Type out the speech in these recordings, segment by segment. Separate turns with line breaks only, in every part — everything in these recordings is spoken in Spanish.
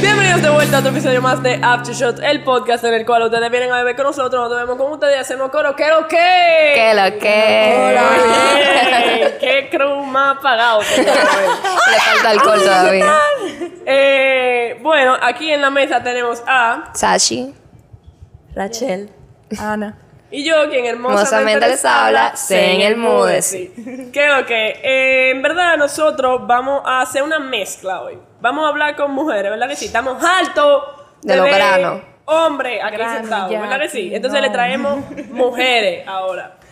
bienvenidos a otro episodio más de Aftershot, el podcast en el cual ustedes vienen a beber con nosotros, nosotros vemos con ustedes y hacemos coro, ¿qué lo que?
¿Qué lo que?
Oye, ¡Qué crew más apagado! tenemos hoy.
Le falta alcohol todavía.
Eh, bueno, aquí en la mesa tenemos a
Sashi.
Rachel. Ana.
y yo, quien hermosamente
Hermosamente les habla, se enmudece.
Sí. ¿Qué lo que? Eh, en verdad, nosotros vamos a hacer una mezcla hoy. Vamos a hablar con mujeres, ¿verdad que sí? Estamos altos
De lo grano.
Hombre, aquí
Grano,
sentados,
ya,
¿verdad que sí?
aquí,
Entonces
no.
le traemos mujeres ahora.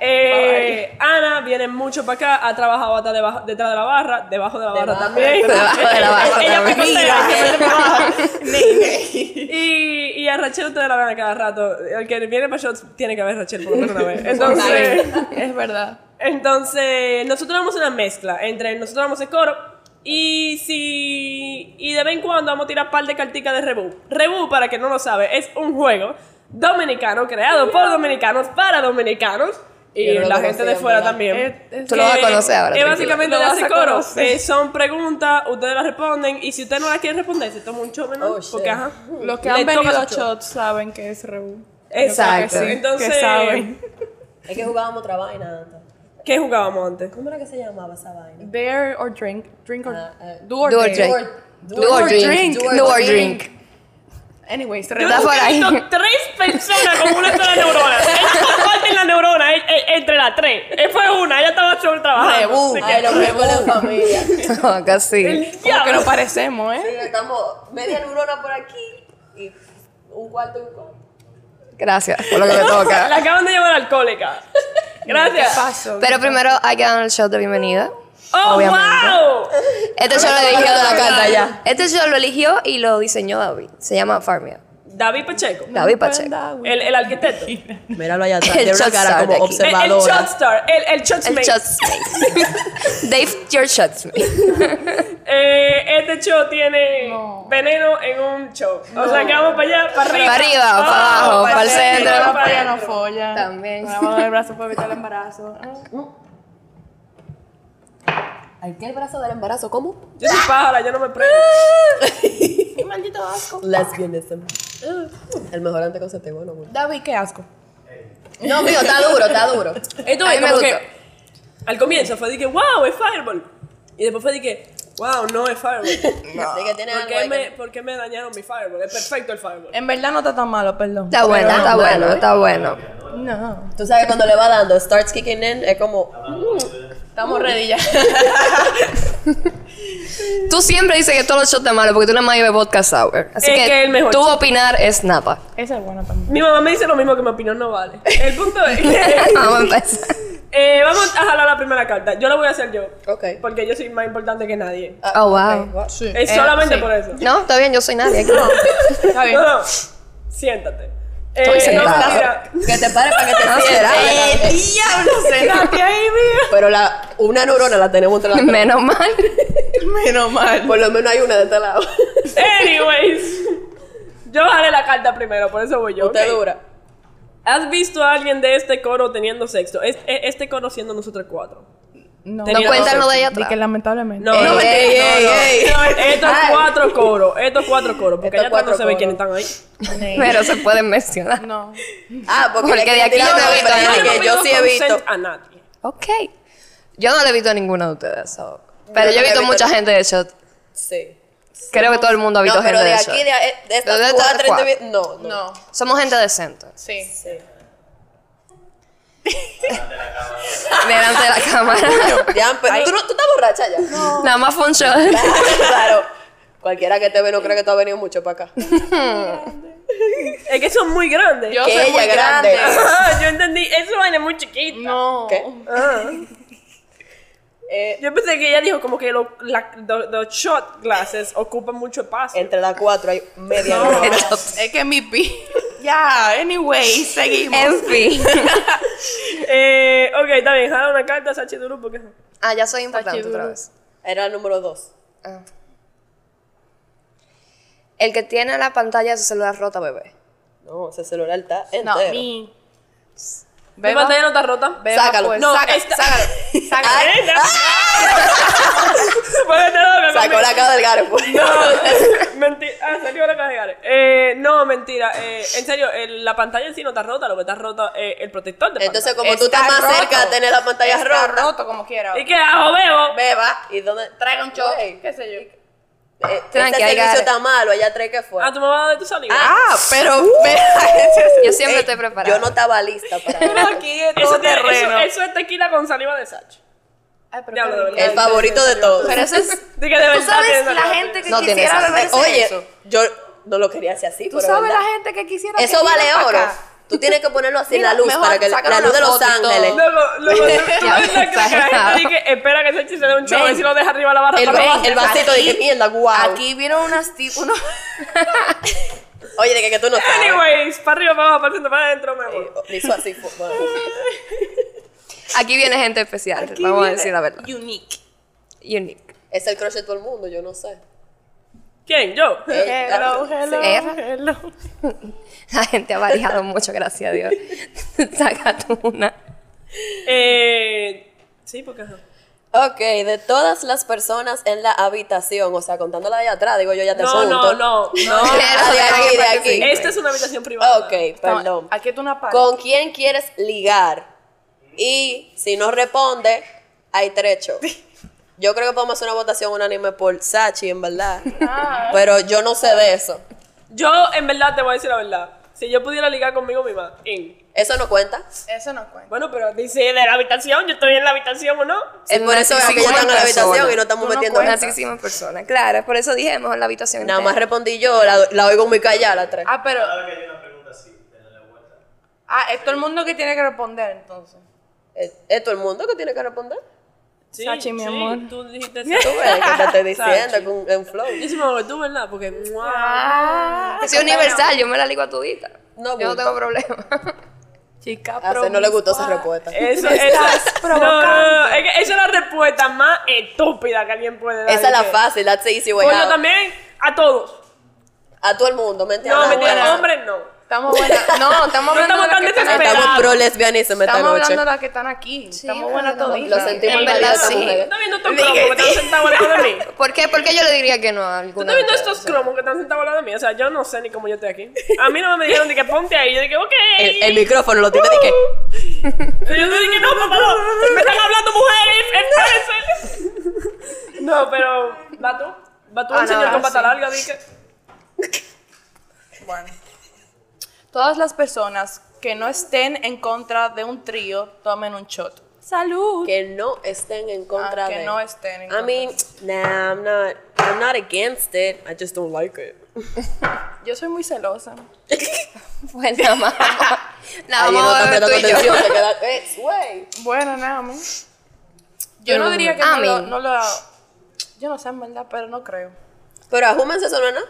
Eh, Ana viene mucho para acá, ha trabajado hasta debajo- detrás de la barra, debajo de la barra también.
Debajo de la barra
Ella me
también.
considera que me trabaja. y, y a Rachel ustedes la ven a cada rato. El que viene para shots tiene que ver Rachel por lo menos una vez. Entonces,
es verdad.
entonces, nosotros vamos a una mezcla entre nosotros vamos a hacer coro y si y de vez en cuando vamos a tirar par de carticas de Rebu. Rebu, para que no lo sabe, es un juego dominicano creado por dominicanos para dominicanos y
Yo no lo
la gente de
conocía,
fuera
en verdad.
también.
Tú lo vas a conocer ahora,
Es
tranquila.
básicamente
Lo
le
vas
hace
a
coro.
conocer.
Eh, son preguntas, ustedes las responden y si usted no las quiere responder, se toma un show menor
Oh, shit.
porque ajá.
Los que
le
han
toca
venido a
su show.
shots saben que es Rebu.
Exacto.
sí, que
Entonces,
que saben.
Es que jugábamos otra vaina antes.
¿qué jugábamos antes?
¿Cómo era que se llamaba esa vaina?
Dare or drink. Drink or.
Ah, ah.
do or
Do or
dare.
drink. Do or drink. Do or drink.
Anyways,
Yo
Rebu.
Está por ahí.
necesito tres personas con una sola neurona. Ellos comparten la neurona eh, eh, entre las tres. Eh, Fue una, ella estaba solo trabajando.
Rebu.
Así que-
Ay, lo vemos en la familia.
No, Casi.
El
Como que
diablo.
nos parecemos, ¿eh?
Estamos media neurona por aquí y un cuarto y un cuarto.
Gracias por lo que me
La
toca.
acaban de llevar alcohólica. Gracias.
¿Qué pasó?
Pero primero hay que dar el shot de bienvenida.
¡Oh,
obviamente.
wow!
Este show lo eligió
Ahora la carta ya.
Este show lo eligió y lo diseñó David. Se llama Farmia.
David Pacheco.
David Pacheco.
El, el arquitecto. El,
Míralo allá atrás.
El
Tiene una
shot
cara
star de
como
aquí.
el
observadora.
shotstar. El, el
El
shotsmate.
shots mate. Dave, your shots mate.
Eh, este show tiene
No.
veneno en un show. O sea, que vamos para allá, para arriba.
Para arriba, para abajo, para el centro.
para
Para allá
allá.
no follan.
También.
Nos vamos a dar el brazo para evitar el embarazo.
¿Al qué el brazo del embarazo? ¿Cómo?
Yo soy pájara, yo no me prendo.
Lesbianism. El mejor anticonceptivo, no, güey.
David, qué asco.
No, mío, está duro, está duro.
Esto
A
es
mí me
como
gustó.
que al comienzo fue de que, wow, es Fireball. Y después fue de que, wow, no es Fireball.
Así que tiene
¿Por
algo
qué,
ahí
me,
que-
¿Por qué me dañaron mi Fireball? Es perfecto el Fireball.
En verdad no está tan malo, perdón.
Está bueno, ¿eh? está bueno, está bueno.
No.
Tú sabes cuando le va dando, starts kicking in, es como...
Estamos ready ya.
Tú siempre dices que todos los shots están malos porque tú nada más bebes vodka sour. Así
Es
que,
que el mejor
tu
shot.
opinar es napa.
Esa es buena también.
Mi mamá me dice lo mismo que mi opinión no vale. El punto es
Vamos a empezar.
eh, vamos a jalar la primera carta. Yo la voy a hacer yo.
Ok.
Porque yo soy más importante que nadie.
Ah,
Oh, wow.
ok, wow.
Sí.
Eh,
Es solamente por eso.
No, está bien, yo soy nadie aquí.
Está bien.
No, no. Siéntate. Eh,
Estoy sentada.
mentira.
Que te pare para que te
No,
sientes.
será.
Eh,
diablo! Sentate ahí, mía.
Pero la, una neurona la tenemos entre las tres.
Menos mal.
Menos mal.
Por lo menos hay una de este lado.
Anyways. Yo jalé la carta primero, por eso voy yo.
Usted
ok.
dura.
¿Has visto a alguien de este coro teniendo sexo? Es- e- este coro siendo nosotros cuatro.
No,
Tenía-
No cuentan lo de allá
Di
atrás.
que lamentablemente.
No,
Ey,
no,
ey,
mentira,
ey,
no, no.
ey.
No, estos
Ay.
cuatro coros, estos cuatro coros, porque
Estos
allá atrás no
cuatro
se ve
coros.
quiénes están ahí.
Pero se pueden mencionar.
No.
Ah, porque,
Porque de aquí
yo
yo no he visto a nadie.
que yo sí he visto.
consent a nadie.
Ok. Yo no le he visto a ninguno de ustedes. so. Pero yo he visto mucha gente de shot.
Sí.
Creo que todo el mundo ha visto
No, pero
gente
de
de,
aquí,
shot.
de, de estas
Pero de estas
cuatro
cuatro.
entrevistas- No, no.
No.
Somos gente decente.
Sí.
Sí.
Delante de la cámara.
Ya, pero tú, no- tú estás borracha ya.
Nada más fue un shot.
claro. Cualquiera que te ve no cree que tú has venido mucho para acá.
Es que son muy grandes.
Yo
Que
soy muy
ella
grande.
grande.
Ajá, yo entendí, eso vaina es muy chiquita.
No.
¿Qué?
Ah.
Eh,
Yo pensé que ella dijo como que lo- la- do- los shot glasses ocupan mucho espacio.
entre las cuatro hay media
No.
hora.
Es que mi pi. Ya, anyway, seguimos.
en fin.
Eh, ok, está bien, jala una carta, Sachi Duru, porque...
Ah, ya soy importante
Tachi duro.
otra vez.
Era el número dos.
Ah. El que tiene la pantalla de su celular rota, bebé.
No, ese celular está
No,
entero.
mi.
Mi
Beba.
pantalla no está rota.
Beba,
sácalo,
pues.
no, eh,
Saca,
saca, sácalo, sácalo.
Ay, no. Bueno, no, no,
Sacó
no,
la cara del garfo.
No, mentira. Ah, salió la cara de Gare. Eh, no, mentira. Eh, en serio, el- la pantalla en sí no está rota. Lo que está rota es el protector de
Entonces,
pantalla.
como tú estás
Está
más
roto.
cerca de tener la pantalla
Está
rota,
roto como quiera.
¿Y qué hago? Bebo.
beba y donde
Traiga un choque,
Güey.
qué sé yo.
eh,
Tranqui,
este
I got
servicio
it.
está malo, allá trae que fue.
Ah, tú me vas a dar de tu salida.
Ah, pero
Uh. Yo siempre
Ey,
estoy preparada.
Eh, Yo no estaba lista para
Aquí es
eso,
todo
tiene-
terreno.
eso- eso es tequila con saliva de Sacho.
Ay, pero
Diablo,
qué
de
rico.
verdad.
El favorito de todos.
Pero eso es...
Dije, de
¿Tú
verdad
sabes
tiene
la
saliva.
gente que
No tiene
quisiera
sal.
beberse
Oye,
eso?
yo no lo quería hacer así,
¿Tú
pero
sabes
verdad.
la gente que quisiera
Eso
que
vale
viva pa'
oro.
acá?
Tú tienes que ponerlo así en
Mira,
la luz
mejor
para que la,
sácale
la luz
una
de Los
foto y todo.
Ángeles.
Luego, luego, tú
Ya,
ves la que la
exagerado.
gente dice, espera que Sachi se dé un show, a ver
Ven.
si lo deja arriba la barra.
El,
para
va-
abajo.
el vasito de que mierda, guau.
Aquí vieron unas ti- unos
Oye, de que, que tú no sabes.
Anyways, para arriba, para abajo, para el centro, para adentro, mi amor.
Eh, Hizo así. fue- bueno.
Aquí viene gente especial, vamos a decir la verdad.
unique.
Unique.
Es el crush de todo el mundo, yo no sé.
¿Quién? ¿Yo?
Eh,
Hello,
la-
hello,
Erra.
hello.
La gente ha variado mucho, gracias a Dios. Saca tú una.
Eh, sí, porque... ajá.
Ok, de todas las personas en la habitación, o sea, contándola de allá atrás, digo yo ya te
No, no,
asunto.
no, no.
Ah, de aquí, de aquí.
Esta es una habitación privada.
Ok, perdón.
Aquí está una parte.
¿Con quién quieres ligar? Y si no responde, hay trecho. Yo creo que podemos hacer una votación unánime por Sachi, en verdad.
Ah,
Pero yo no sé de eso.
Yo, en verdad, te voy a decir la verdad. Si yo pudiera ligar conmigo misma, en.
¿Eso no cuenta?
Eso no cuenta.
Bueno, pero dice de la habitación, yo estoy en la habitación o no.
Es por
una
eso que yo
sexísima
estaba en la habitación
persona.
y no estamos
Tú no
metiendo
Una
cuentas.
sexísima persona, claro. Por eso dije, mejor la habitación.
Nada más
entera.
respondí yo, la, la oigo muy callada la tres.
Ah, pero
que hay una pregunta así, denle la vuelta.
ah, es todo el mundo que tiene que responder entonces.
¿Es, es todo el mundo que tiene que responder?
Sí,
Sachi, mi
sí,
amor.
Tú dijiste
Tú
eso.
ves que te estoy
Sachi.
diciendo con un, un flow.
Yo sí me voy, tú, ¿verdad? Porque. ¡mua!
Ah,
Yo soy universal, yo me la ligo a tudita.
No,
yo no
bulto.
tengo problema.
chica,
A Cel no le gustó esa
promiscua. Eh,
respuesta.
Eso,
Estás
eso, no,
provocando.
no, no, es que esa es la respuesta más estúpida que alguien puede dar.
Esa es la
Dije,
fácil, that's easy
Pues
way
Coño,
out.
también a todos.
A todo el mundo, ¿me entiendes?
No,
Ah,
mentira,
bueno.
hombres no.
Estamos buenas.
No, estamos
No
hablando
estamos tan
de lo que está-
desesperados.
Estamos pro lesbianismo esta
Estamos
noche.
hablando de las que están aquí. Estamos buenas
bueno,
toditas.
Lo sentimos
En
en
verdad,
verdad,
sí.
¿Tú estás viendo estos cromos que están sentados al lado de mí?
¿Por qué? ¿Por qué yo le diría que no
¿Tú
a alguna?
estás viendo
de ustedes?
estos cromos que están sentados al lado de mí? O sea, yo no sé ni cómo yo estoy aquí. A mí no me dijeron de que ponte ahí. Yo dije, ok.
El, el micrófono lo tiene de que.
Uh.
Y yo dije, no, papá, no, me están hablando mujeres, espérense. No, pero, ¿va tú? ¿Va tú
Ah,
un
no,
señor con
ah,
pata
sí.
larga? Dije,
Eh, Bueno. Todas las personas que no estén en contra de un trío tomen un shot. Salud.
que no estén en contra
Ah, que
de.
no estén en
I mean, nah, I'm not. I'm not against it. I just don't like it.
Yo soy muy celosa.
Pues nada más. Nada
Ah,
Ahí no
más.
están
beber
prestando
tú y yo.
atención. Te queda. Eh, güey.
Bueno, nada más. Yo no diría que no,
I
lo,
mean.
no lo- Yo no sé, en verdad, pero no creo.
Pero ajúmense eso, ¿no?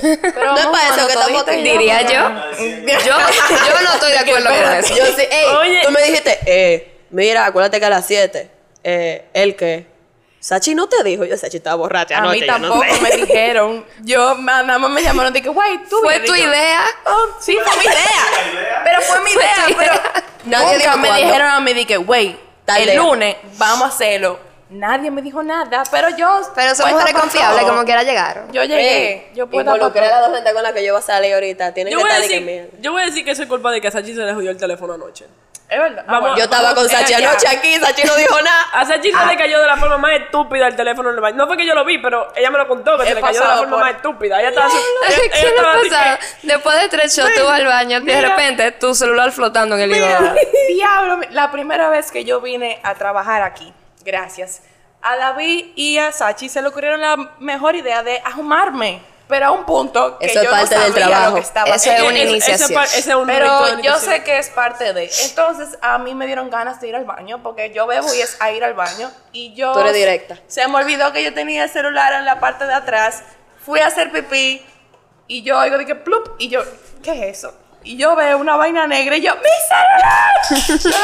Pero
No es
vamos
para eso que
jugando
estamos
toditas y
Diría
vamos jugando.
yo. Yo, yo no estoy de acuerdo con eso.
Yo sí, ey,
Oye.
tú me dijiste, eh, mira, acuérdate que a las 7, eh, el que. Sachi no te dijo, yo Sachi estaba borracha
A
anoche,
mí
yo no
tampoco
sé.
me dijeron. Yo, ma- nada más me llamaron. Dije, guay, tú.
Fue
vienes".
tu
Y yo,
idea.
"Oh, sí, fue mi idea. Pero fue mi idea.
tu
pero
idea.
Nadie
nunca
dijo
me
cuándo.
dijeron a mí, dije, güey,
Tal
el
día".
lunes vamos a hacerlo. Nadie me dijo nada, pero yo.
Pero son
puesta
mujeres
pa'
confiables,
todo.
como quiera llegaron.
Yo llegué.
Ey,
yo puedo
involucré a la dos gente con la que yo voy a salir ahorita. Tienen
yo
que
voy, a
estar de que
decir,
mierda.
yo voy a decir que eso es culpa de que a Sachi se le jodió el teléfono anoche.
Es verdad.
Vamos,
Vamos.
Yo estaba con
Eh,
Sachi
ya.
anoche aquí, Sachi no dijo nada.
A Sachi se le cayó de la forma más estúpida el teléfono en el baño. No fue que yo lo vi, pero ella me lo contó que
He
se le cayó de la
pasado
forma
por-
más estúpida. Ella estaba. ella- ella
¿Qué le
estaba así
pasa?
que-
Después de tres shots, tú vas al baño, de repente tu celular flotando en el
Mira,
inodoro.
diablo, la primera vez que yo vine a trabajar aquí, gracias, a David y a Sachi se le ocurrieron la mejor idea de ahumarme, pero a un punto que
Eso es
yo
parte
no
del
sabía
trabajo.
lo que estaba
Eso es
haciendo.
una
ese- ese
iniciación.
par- ese es un ritual
Pero
de
yo
iniciación.
sé que es parte de. Entonces, a mí me dieron ganas de ir al baño, porque yo bebo y es a ir al baño. Y yo.
Tú eres directa.
Se me olvidó que yo tenía el celular en la parte de atrás. Fui a hacer pipí. Y yo oigo, dije, plup. Y yo, ¿qué es eso? Y yo veo una vaina negra y yo, ¡mi celular!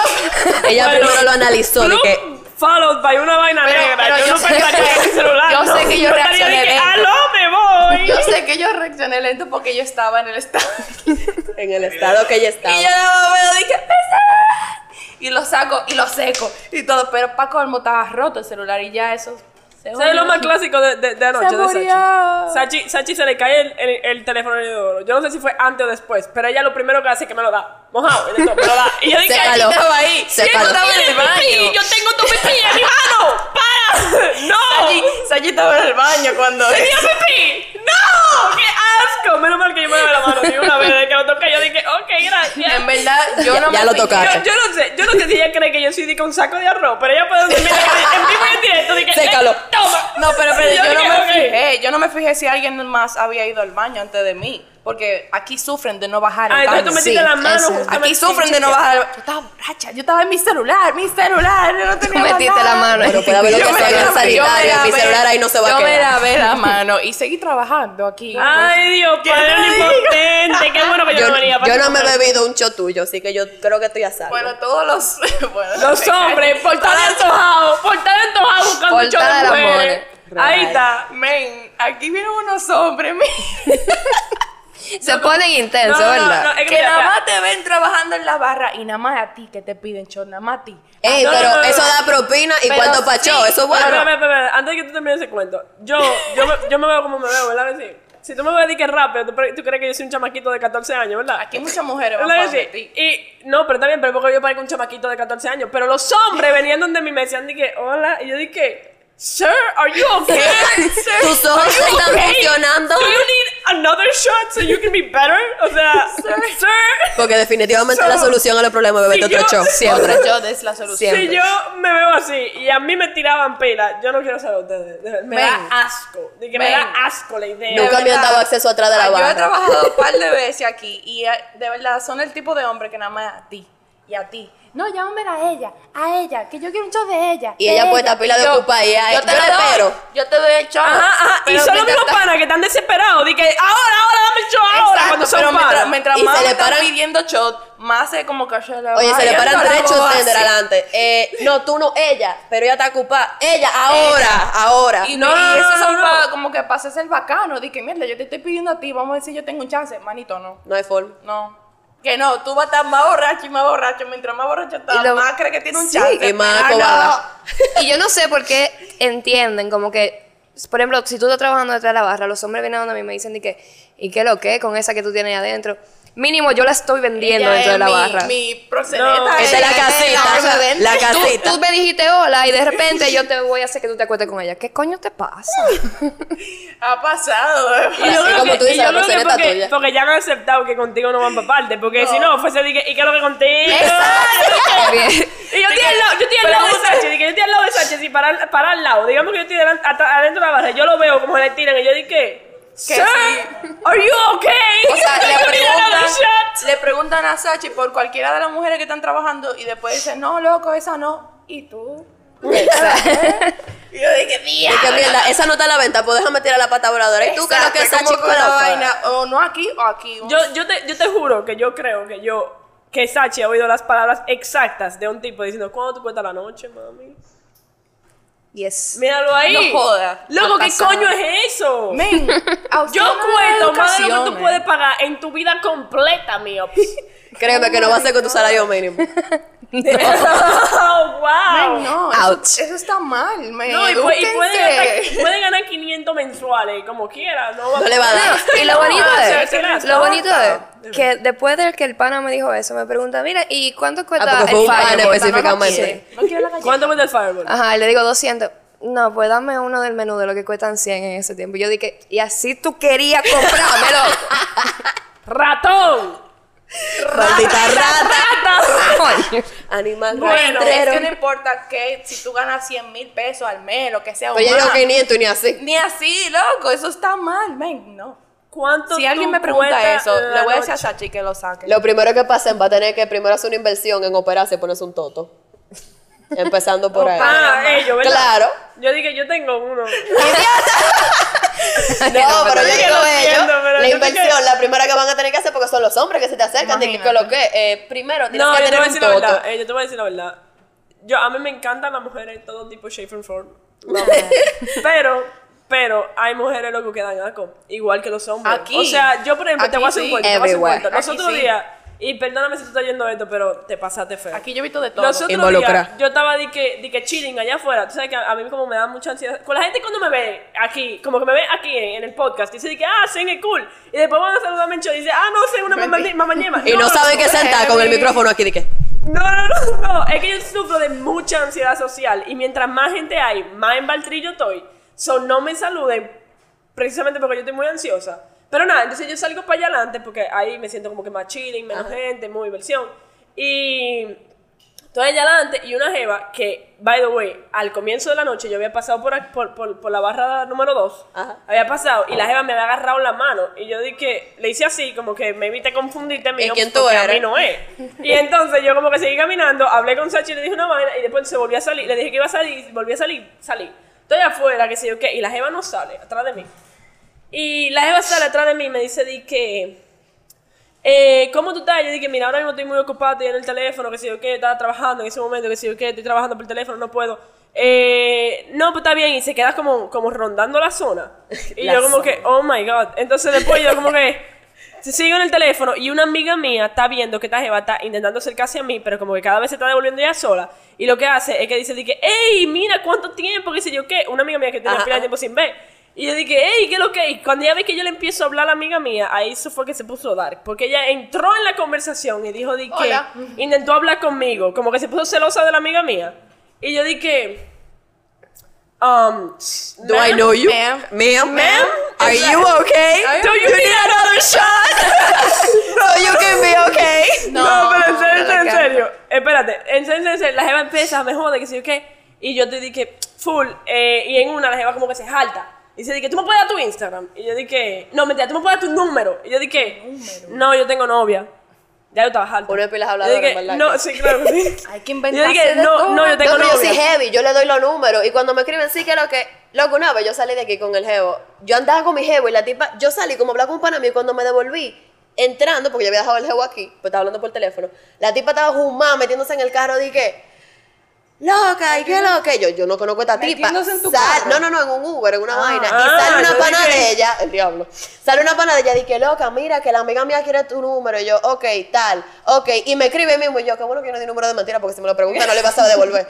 Ella
Bueno,
primero lo analizó, de
Club
que.
Followed by una vaina
Pero-
negra.
pero
yo,
yo
no
sé-
pensaría en el celular.
yo
¿no?
sé que yo
pensaría de
reaccioné
que,
lento.
¡Aló, me voy!
Yo sé que yo reaccioné lento porque yo estaba en el estado.
En el estado que ella estaba.
Y yo nada más veo, dije, "Pesar". Y lo saco y lo seco y todo. Pero Paco colmo estaba roto el celular y ya eso. Se
¿Sabes lo
jodió.
más clásico de, de, de anoche?
Se
de
murió.
Sachi. Sachi. Sachi se le cae el, el, el teléfono en el inodoro. Yo no sé si fue antes o después, pero ella lo primero que hace es que me lo da. Mojado. Y yo, me lo da. Y yo dije,
Sécalo.
"Ay, estaba ahí.
Sécalo.
Yo estaba en el baño. Yo tengo tu pipí en mi mano. ¡Para! ¡No!
Sachi, Sachi estaba en el baño cuando.
¡Tenía pipí! ¡No! ¡Qué asco! Menos mal que yo me lavé la mano. Y una vez de que lo toqué, yo dije, ok, gracias.
En verdad, yo
Ya-
no me
ya lo
fijé.
tocaste.
Yo, yo no sé, yo no sé si ella cree que yo soy de que un saco de arroz, pero ella puede decirme que en vivo y en directo dije,
Sécalo.
"Eh, Toma.
No, pero, pero yo, no
dije,
me
"Ok".
fijé. Yo no me fijé si alguien más había ido al baño antes de mí. Porque aquí sufren de no bajar el
Ah, entonces
baño.
tú metiste
Sí,
la mano
eso es.
justamente
Aquí sufren de no bajar el baño. Yo estaba borracha. Yo estaba en mi celular, mi celular. Yo no tenía más
metiste la
nada.
mano.
Pero puede haber lo
Yo
que
me
sea en
lavé-
el sanitario.
yo me
Mi
lavé-
celular ahí no se va
Yo
a
me
quedar.
lavé la mano y seguí trabajando aquí.
Ay, Dios, padre omnipotente. Qué bueno que yo,
Yo,
no venía.
yo
para
no me he
comer.
bebido un shot tuyo, así que yo creo que estoy a salvo.
bueno, todos los. Bueno,
Los hombres, por estar antojados, por estar antojados buscando
Por
un show de
estar
mujeres.
amores.
Ahí está.
Men, aquí vienen unos hombres, men,
Se ponen intensos,
No, no, no,
¿verdad?
no, es que
que
mira,
nada
mira.
más te ven trabajando en la barra y nada más a ti que te piden chon, nada más a ti.
Ey,
No, no,
pero
no, no,
eso
no.
da propina y
Pero
cuánto pachó,
sí,
eso
Bueno,
es bueno.
espérame, espérame, espérame. antes de que tú termines ese cuento, yo, yo, me, yo me veo como me veo, ¿verdad? que sí? Si tú me ves de que rápido, tú, pre- tú crees que yo soy un chamaquito de 14 años, ¿verdad?
Aquí muchas mujeres van
¿Verdad
para
que
donde
sí?
ti.
Y no, pero también, pero porque yo parezco un chamaquito de 14 años. Pero los hombres venían donde mí me decían, dije, hola. Y yo dije, sir, are you okay? Sir,
Tus ojos
are you
están funcionando.
Do you need another shot so you can be better? O sea, sir,
Porque definitivamente la solución a los problemas es beberte
Si
otro
yo-
show, siempre.
Yo des la solución.
si yo me veo así y a mí me tiraban pela, yo no quiero saber ustedes. de verdad, Me
Ven.
da asco. Dije, me
Ven.
da asco la idea.
Nunca me han
verdad.
dado acceso atrás de la
Ah, Yo he
barra.
trabajado un par de veces aquí y eh, de verdad son el tipo de hombre que nada más a ti y a ti. No, llámame a ella, a ella, que yo quiero un show de ella.
Y
de
ella puesta pila de
yo-
ocupa y ahí-
Yo te
yo
lo doy,
espero.
yo te doy el show.
Ajá, ajá. Ah, Y
Pero
son los
mientras
mismos
ta-
panas que están desesperados. Dije, ahora, ahora, dame el show ahora.
Exacto,
cuando
pero
son
mientras,
panas.
mientras
Y
más
se
me
le
están
paran-
pidiendo shot, más es como que yo le
Oye,
voy
se le
a
paran
dar
tres
la boba
chotes de
así.
adelante. Eh, no, tú no, ella. Pero ella está ocupada. Ella, ahora, ahora.
Y,
No, no,
no, eso
no,
son
no.
pa- como que pases el bacano. Dije, mierda, yo te estoy pidiendo a ti, vamos a decir yo tengo un chance. Manito, no.
No hay forma.
No. Que no, tú vas a estar más borracho y más borracho. Mientras más borracho estás,
Y lo-
más crees que tiene un
Sí,
chance.
y más
Ah,
acobada.
Y yo no sé por qué entienden como que, por ejemplo, si tú estás trabajando detrás de la barra, los hombres vienen donde a mí y me dicen, de que, ¿y qué lo que con esa que tú tienes ahí adentro? Mínimo yo la estoy vendiendo
Ella
dentro de
es
la
mi-
barra.
Mi proxeneta
No,
es
Esa es la
ella.
casita.
O sea, ven,
La
tú-
casita.
Tú, me dijiste hola y de repente yo te voy a hacer que tú te acuestes con ella. ¿Qué coño te pasa?
Ha pasado.
Y yo
Así
creo
como
que,
tú dices,
y yo
la
creo que
persona está
porque,
tuya.
porque ya han aceptado que contigo no van para parte. Porque si no, fuese dije, ¿y qué es lo que contigo?
Exacto. Bien.
Y yo estoy, al lado, yo estoy al lado de Sánchez, dije, yo estoy al lado de Sánchez y para, al- para al lado. Digamos que yo estoy delan- ata- adentro de la barra, yo lo veo como le tiran y yo dije, Sir,
sí.
are you okay?
O sea, le
You need another
preguntan,
shot?
le preguntan a Sachi por cualquiera de las mujeres que están trabajando y después dicen, no, loco, esa no. ¿Y tú? Y yo dije, mía.
Y que mierda, esa no está a la venta, pues déjame tirar la pata voladora. Y tú creo que esa
como
chica
con la
loca?
vaina, o no aquí o aquí.
Yo, yo, te, yo te juro que yo creo que yo, que Sachi ha oído las palabras exactas de un tipo diciendo, ¿cuándo tú cuesta la noche, mami?
Yes.
Míralo ahí.
No joda.
Loco,
Está
¿qué
pasado.
coño es eso?
Men, a usted
Yo
no le da
cuento más de lo que
educación,
tú
eh.
puedes pagar en tu vida completa, mío.
Créeme que no va a ser con tu salario mínimo.
oh, wow.
Men, no, eso,
Ouch.
eso está mal, men.
No, y, puede, y puede
edúquense.
ganar, puede ganar 500 mensuales, como quiera. No, va-
No le va a dar.
Y lo bonito
Ah,
es,
se- se- se-
lo bonito
se-
es que después de que el pana me dijo eso, me pregunta, mira, ¿y cuánto cuesta
porque fue
el
un pana
fireball?"
específicamente.
Sí.
No quiero la galleta.
¿Cuánto cuesta el Fireball?
Ajá, y le digo 200. No, pues dame uno del menú de lo que cuestan 100 en ese tiempo. Y Yo dije, y así tú querías comprármelo.
¡Ratón!
Maldita rata.
¡Rata!
Coño.
Animal
Bueno,
rastrero.
es que no importa que si tú ganas 100 mil pesos al mes, lo Pues que sea, o
Pero yo
más.
digo 500 y ni así.
Ni así, loco, eso está mal, men, no.
¿Cuánto
Si alguien
tú
me pregunta
cuesta
eso,
la
le voy a decir a
noche?
Sachi que lo saque.
Lo primero que pasen va a tener que primero hacer una inversión en operarse y ponerse un toto. Empezando por ahí.
Ah, ellos, ¿verdad?
Claro.
Yo dije, yo tengo uno.
No, pero yo
yo
digo
lo
ellos.
entiendo, pero
La
yo creo
inversión, la primera que van a tener que hacer porque son los hombres que se te acercan. De que, que lo que, eh, primero tienes
No,
que
yo te
tener
voy a
un
decir la
toto.
verdad. eh, yo te voy a decir la verdad. Yo, a mí me encantan las mujeres de todo tipo, shape and form. Pero Pero hay mujeres loco que dan asco, igual que los hombres.
Aquí.
O sea, yo por ejemplo, te
Aquí
voy a hacer un
sí.
cuento. te voy a hacer un
Everywhere.
cuento. Los
Aquí
otros
sí.
días, y perdóname si te está yendo esto, pero te pasaste feo.
Aquí yo he visto de todo.
Los otros
Involucra.
días, yo estaba di que, di que chilling allá afuera. Tú sabes que a, a mí como me da mucha ansiedad. Con la gente cuando me ve aquí, como que me ve aquí en, en el podcast, dice di que, ah, sí, es cool. Y después van a saludarme en show y dice, ah, no sé, una mamá, mamá ñema.
Y no saben qué sentar con el micrófono aquí de qué.
No, no, no, no. Es que yo sufro de mucha ansiedad social. Y mientras más gente hay, más en baltrillo estoy. So, no me saluden. Precisamente porque yo estoy muy ansiosa. Pero nada, entonces yo salgo para allá adelante porque ahí me siento como que más chilling, menos gente, muy diversión. Y estoy allá adelante y una jeva que, by the way, al comienzo de la noche yo había pasado por, ac- por, por- por la barra número 2.
Ajá.
Había pasado y la jeva me había agarrado la mano. Y yo dije, le hice así, como que me evite confundiste
¿Y
mío,
quién tú
pues, porque a
eres?
mí no es. Y entonces yo como que seguí caminando, hablé con Sachi, le dije una vaina y después se volvió a salir. Le dije que iba a salir, volví a salir, salí. Estoy afuera, qué sé yo qué, y la jeva no sale atrás de mí. Y la jeva sale atrás de mí y me dice, di que... Eh, ¿Cómo tú estás? Yo dije, mira, ahora mismo estoy muy ocupado, estoy en el teléfono, que sé yo qué, estaba trabajando en ese momento, que sé yo qué, estoy trabajando por el teléfono, no puedo. Eh, no, pues está bien, y se queda como, como rondando la zona. Y
La
yo como
zona.
que, oh my god. Entonces después yo como que se sigo en el teléfono y una amiga mía está viendo que esta jeva está intentando acercarse a mí, pero como que cada vez se está devolviendo ella sola. Y lo que hace es que dice, dije, hey, mira cuánto tiempo, que sé yo qué. Una amiga mía que tenía
Ajá,
pila de
ajá.
tiempo sin ver. Y yo dije, hey, ¿qué es lo que? Y cuando ella ve que yo le empiezo a hablar a la amiga mía, ahí eso fue que se puso dark. Porque ella entró en la conversación y dijo, di que
Hola.
intentó hablar conmigo, como que se puso celosa de la amiga mía. Y yo dije, um,
Do I know you?
Ma'am.
Ma'am.
Ma'am?
Are you okay?
Do you need another shot?
No, you can be okay.
No, pero en serio, en serio, en serio. Espérate, en serio, en serio. La jeva empieza, me jode, que sé yo qué. Y yo te dije, full. eh, y en una la jeva como que se jalta. Y se dije, ¿tú me puedes dar tu Instagram? Y yo dije, no, mentira, ¿tú me puedes dar tu número? Y yo dije, no, yo tengo novia. Ya yo estaba jalta.
Una pila de
Yo dije,
habladores, ¿verdad?
no, sí, claro que sí.
Hay que
yo
inventarse
dije,
de
no,
todo.
no, yo tengo
Loco, yo
novia.
soy heavy, yo le doy los números y cuando me escriben, sí que lo que. Loco, una vez yo salí de aquí con el jevo. Yo andaba con mi jevo y la tipa. Yo salí como hablaba con un pana mío y cuando me devolví, entrando, porque yo había dejado el jevo aquí, pues estaba hablando por teléfono. La tipa estaba jumada, metiéndose en el carro, dije. Loca, ¿y qué loca? Yo, yo no conozco a esta tipa.
Metiéndose en tu carro.
No, no, no, en un Uber, en una vaina.
Ah,
Y sale una
yo
pana
dije-
de ella, el diablo. Sale una pana de ella, dije, loca, mira, que la amiga mía quiere tu número. Y yo, ok, tal, ok. Y me escribe mismo, y yo, qué bueno que yo no di número de mentira, porque si me lo pregunta no le vas a devolver.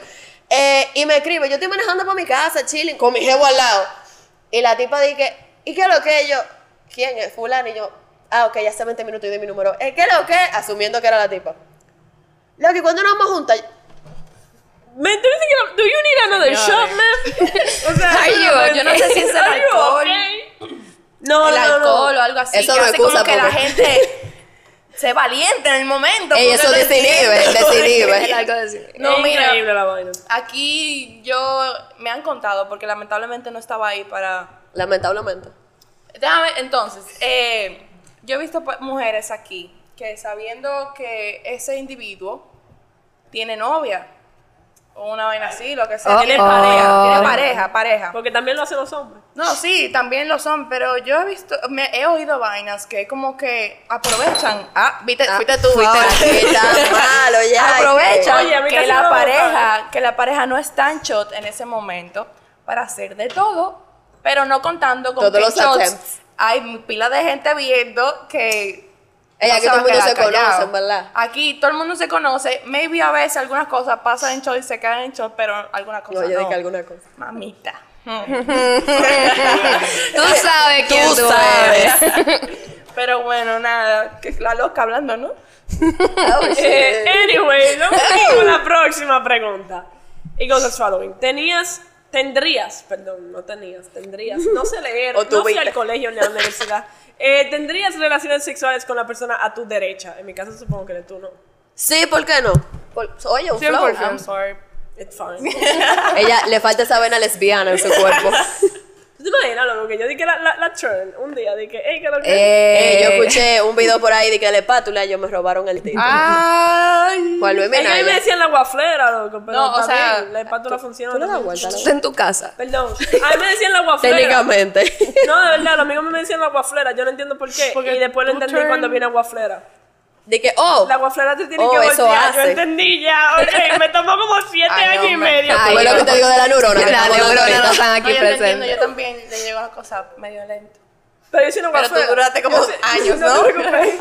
Eh, y me escribe, yo estoy manejando para mi casa, chilling, con mi jevo al lado. Y la tipa dije, ¿y qué lo que? Y yo, ¿quién es? Fulano. Y yo, ah, ok, ya hace 20 minutos y di mi número. "Eh, ¿Qué lo que? Asumiendo que era la tipa. Lo que cuando nos vamos juntas,
Me tú dices que, no- ¿do you need another shot, man? O sea,
Are you
no,
okay? Yo no sé si es el
Are you
alcohol.
okay? No, no, no,
el
no.
alcohol o algo así.
Eso
que
no
hace
excusa,
como que la
porque-
gente se valiente en el momento.
Ey,
porque
eso
no
desinhibe,
entiendo.
desinhibe.
El alcohol de
No,
Es
mira.
Increíble la vaina.
Aquí yo me han contado, porque lamentablemente no estaba ahí para.
lamentablemente.
Déjame, entonces, eh, yo he visto pa- mujeres aquí que sabiendo que ese individuo tiene novia o una vaina así, lo que sea,
Oh,
tiene
oh.
pareja, tiene pareja, pareja.
Porque también lo hacen los hombres.
No, sí, también lo son, pero yo he visto, me he oído vainas que como que aprovechan. Ah, viste, fuiste tú, viste.
Ay, qué tan malo ya.
aprovechan
Oye, a mí
que
casi no
la
me
pareja, que la pareja no está en shot en ese momento para hacer de todo, pero no contando con
Todos
que en
los
shots
attempts.
Hay pila de gente viendo que
Ey, aquí
va
todo
a
el mundo
quedar
se conoce,
callado.
en verdad.
Aquí todo el mundo se conoce. Maybe a veces algunas cosas pasan en shot y se quedan en shot, pero algunas cosas
No, yo
no.
dije alguna cosa.
Mamita. Hmm.
Tú sabes quién tú, eres.
Pero bueno, nada, que la loca hablando, ¿no?
Eh, anyway, vamos con la próxima pregunta. Y con los following. Tenías, tendrías, perdón, no tenías, tendrías, no sé leer,
O
no fui
tuviste.
al colegio ni a la universidad. Eh, ¿Tendrías relaciones sexuales con la persona a tu derecha? En mi caso supongo que de tú no.
Sí, ¿por qué no? Por- oye, un flow.
100%.
I'm sorry.
It's fine.
Ella le falta esa vena lesbiana en su cuerpo.
¿Tú te imaginas, loco, que yo dije la, la, la turn un día? Dije, hey, ¿qué lo que?
Eh,
Eh,
yo escuché un video por ahí de que la espátula ellos me robaron el
Ah,
título. Ah.
Ay.
Juan Luis
Es que a mí me
Minaya.
decían la guaflera, loco, pero
No, o
está
sea,
bien, la espátula funciona.
¿Tú le das
también.
vuelta?
Está en tu casa.
Perdón, a mí me decían la guaflera.
Técnicamente.
No, de verdad, los amigos me decían la guaflera, yo no entiendo por qué.
Porque
y después lo
tú
entendí
turn-
cuando vine a guaflera.
De que, oh,
La guaflera te tiene
Oh,
que
eso
voltear. Yo
hace.
entendí ya, ok, me tomó como siete
Ay, no,
años y
hombre.
medio.
tú ves lo que te digo de la neurona. que
La
estamos hablando
neurona no
ahorita.
están
No,
aquí
yo te entiendo, yo
presentes.
también le llevo las cosas medio lento.
Pero yo sí no
Pero
hago
tú
afuera.
duraste como
Yo sí-
años,
yo
¿no?
te preocupes.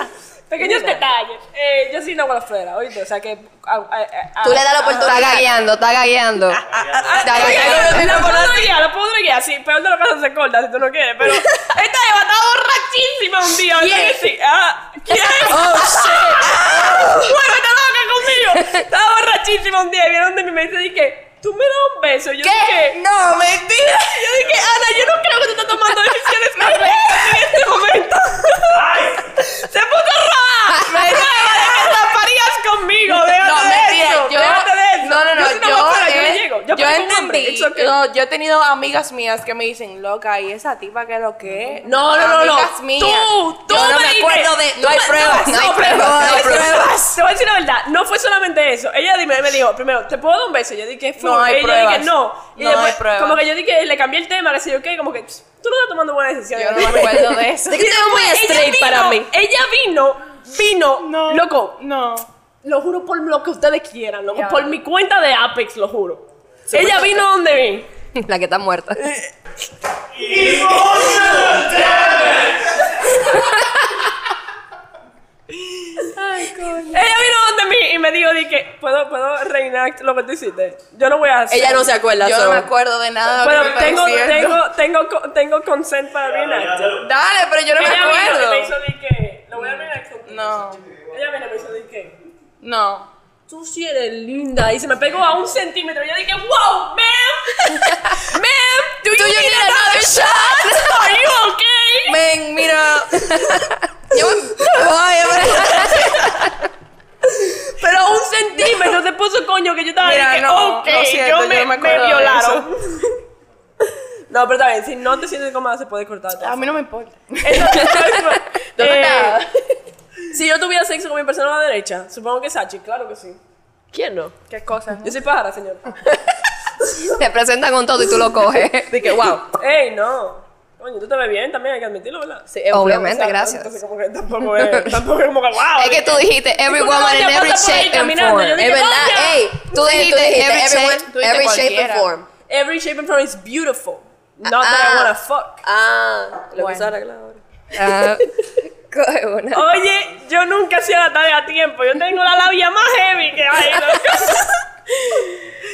Pequeños detalles. Eh, yo sí no hago afuera, oíste. O sea que. ah, a- a- a-
Tú le das la
Está
oportunidad.
gagueando, está gagueando. Está
Oye,
gagueando.
lo puedo guiar, lo puedo guiar, sí, pero no lo casa se corta si tú no quieres, pero esta jeva estaba borrachísima un día, ¿verdad que sí? Ah, ¿Quién? Oh, shit. Bueno, esta loca conmigo, estaba borrachísima un día, y vieron de mí y me dice, dije, tú me das un beso, Y yo dije,
No, mentira.
yo dije, Ana, yo no creo que tú estás tomando decisiones correctas en este momento. ¡Se puso roja! ¡Prueba de que zaparías conmigo! ¡Déjate
No,
de
mentira,
eso!
yo-
¡Déjate de eso!
No, no, no,
Yo, soy una
yo
mujer, yo,
he-
no llego. Yo,
yo
pego con hambre,
entendí.
it's okay.
No, yo he tenido amigas mías que me dicen, loca, ¿y esa tipa qué lo que?
No, no, no, no.
Amigas mías.
Tú, tú
Yo no
me
me acuerdo de-
dices,
no
tú
hay
me-
pruebas, no hay pruebas, no hay pruebas.
Te voy a decir la verdad, no fue solamente eso. Ella dime- me dijo, primero, ¿te puedo dar un beso? Yo dije, full.
No hay
Ella dije,
pruebas.
no. Y
No hay
después,
pruebas.
como que yo dije, le cambié el tema, le decía, ok, como que "Pss, tú no estás tomando buenas decisiones.
Yo no me acuerdo de eso.
Y después
muy
ella
straight
vino-
para mí.
Ella vino, vino, loco,
No.
lo juro por lo que ustedes quieran, loco,
Ya.
por mi cuenta de Apex, lo juro. Ella vino donde vi.
La que está muerta.
Ella vino donde mí y me dijo, dije, ¿puedo, puedo reenact lo que tú hiciste? Yo no voy a hacer.
Ella no se acuerda.
Yo
so.
no me acuerdo de nada. de
Pero
lo que me
tengo,
estás diciendo.
tengo, tengo, co- tengo consent para reenact.
Dale, pero yo no me
Ella vino y me
acuerdo.
hizo de que, lo voy a reenact contigo.
No.
Ella vino y me hizo de que,
No.
tú sí eres linda. Y se me pegó a un centímetro. Yo dije, wow, ma'am. ma'am, do you,
you
need,
need
another
another
shot? Are you okay?
Ven, mira.
Yo me voy, hombre.
Pero un centímetro te puso coño que yo estaba
Mira,
de que,
no,
ok,
lo siento,
yo me,
yo no me
me
acuerdo de
violaron. No, pero está bien, si no te sientes cómoda se puede cortar.
A mí no me importa.
Entonces,
¿Dónde está?
Eh, si yo tuviera sexo con mi persona a la derecha, supongo que Sachi, claro que sí.
¿Quién no?
¿Qué cosas?
Yo soy pájara, señor.
Te presentan con todo y tú lo coges.
Dije, wow.
Ey, no. Coño, tú te ves bien también, hay que admitirlo, ¿verdad?
Sí, es un
Obviamente,
O sea,
gracias.
Entonces, como que tampoco es, tampoco es como que, wow.
Es que tú dijiste every
Tú no
woman
te
in every
pasas por ahí
shape and
caminando, yo
form.
dije,
Es verdad,
"Oye".
ey.
Tú dijiste every
everyone,
shape-
tú dijiste
every shape
cualquiera.
and form.
Every shape and form is beautiful. Not that I
Ah.
wanna fuck.
Ah, lo que
Bueno.
se arregla ahora.
Ah, coge una.
Oye, yo nunca hacía la tarea a tiempo. Yo tengo la labia más heavy que hay. loco.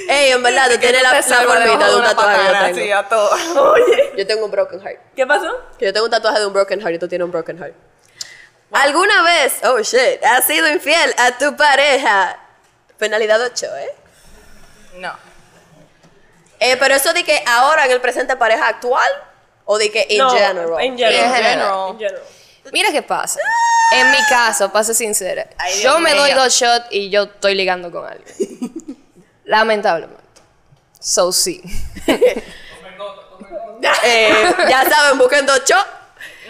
Ey, en verdad, tú tienes la, la formita de un tatuaje. que yo tengo.
a todo.
Oye,
Yo tengo un broken heart.
¿qué pasó?
Que yo tengo un tatuaje de un broken heart y tú tienes un broken heart. ¿Alguna vez, oh shit, has sido infiel a tu pareja? Penalidad 8, ¿eh?
No.
Eh, pero eso de que ahora en el presente pareja actual o de que in
no,
general.
In
En
general.
general.
In general.
Mira qué pasa. En mi caso, para ser sincera,
Ay, Dios
yo me doy
mío.
dos shots y yo estoy ligando con alguien. Lamentablemente. So sí.
Eh, ya saben, busquen dos shots.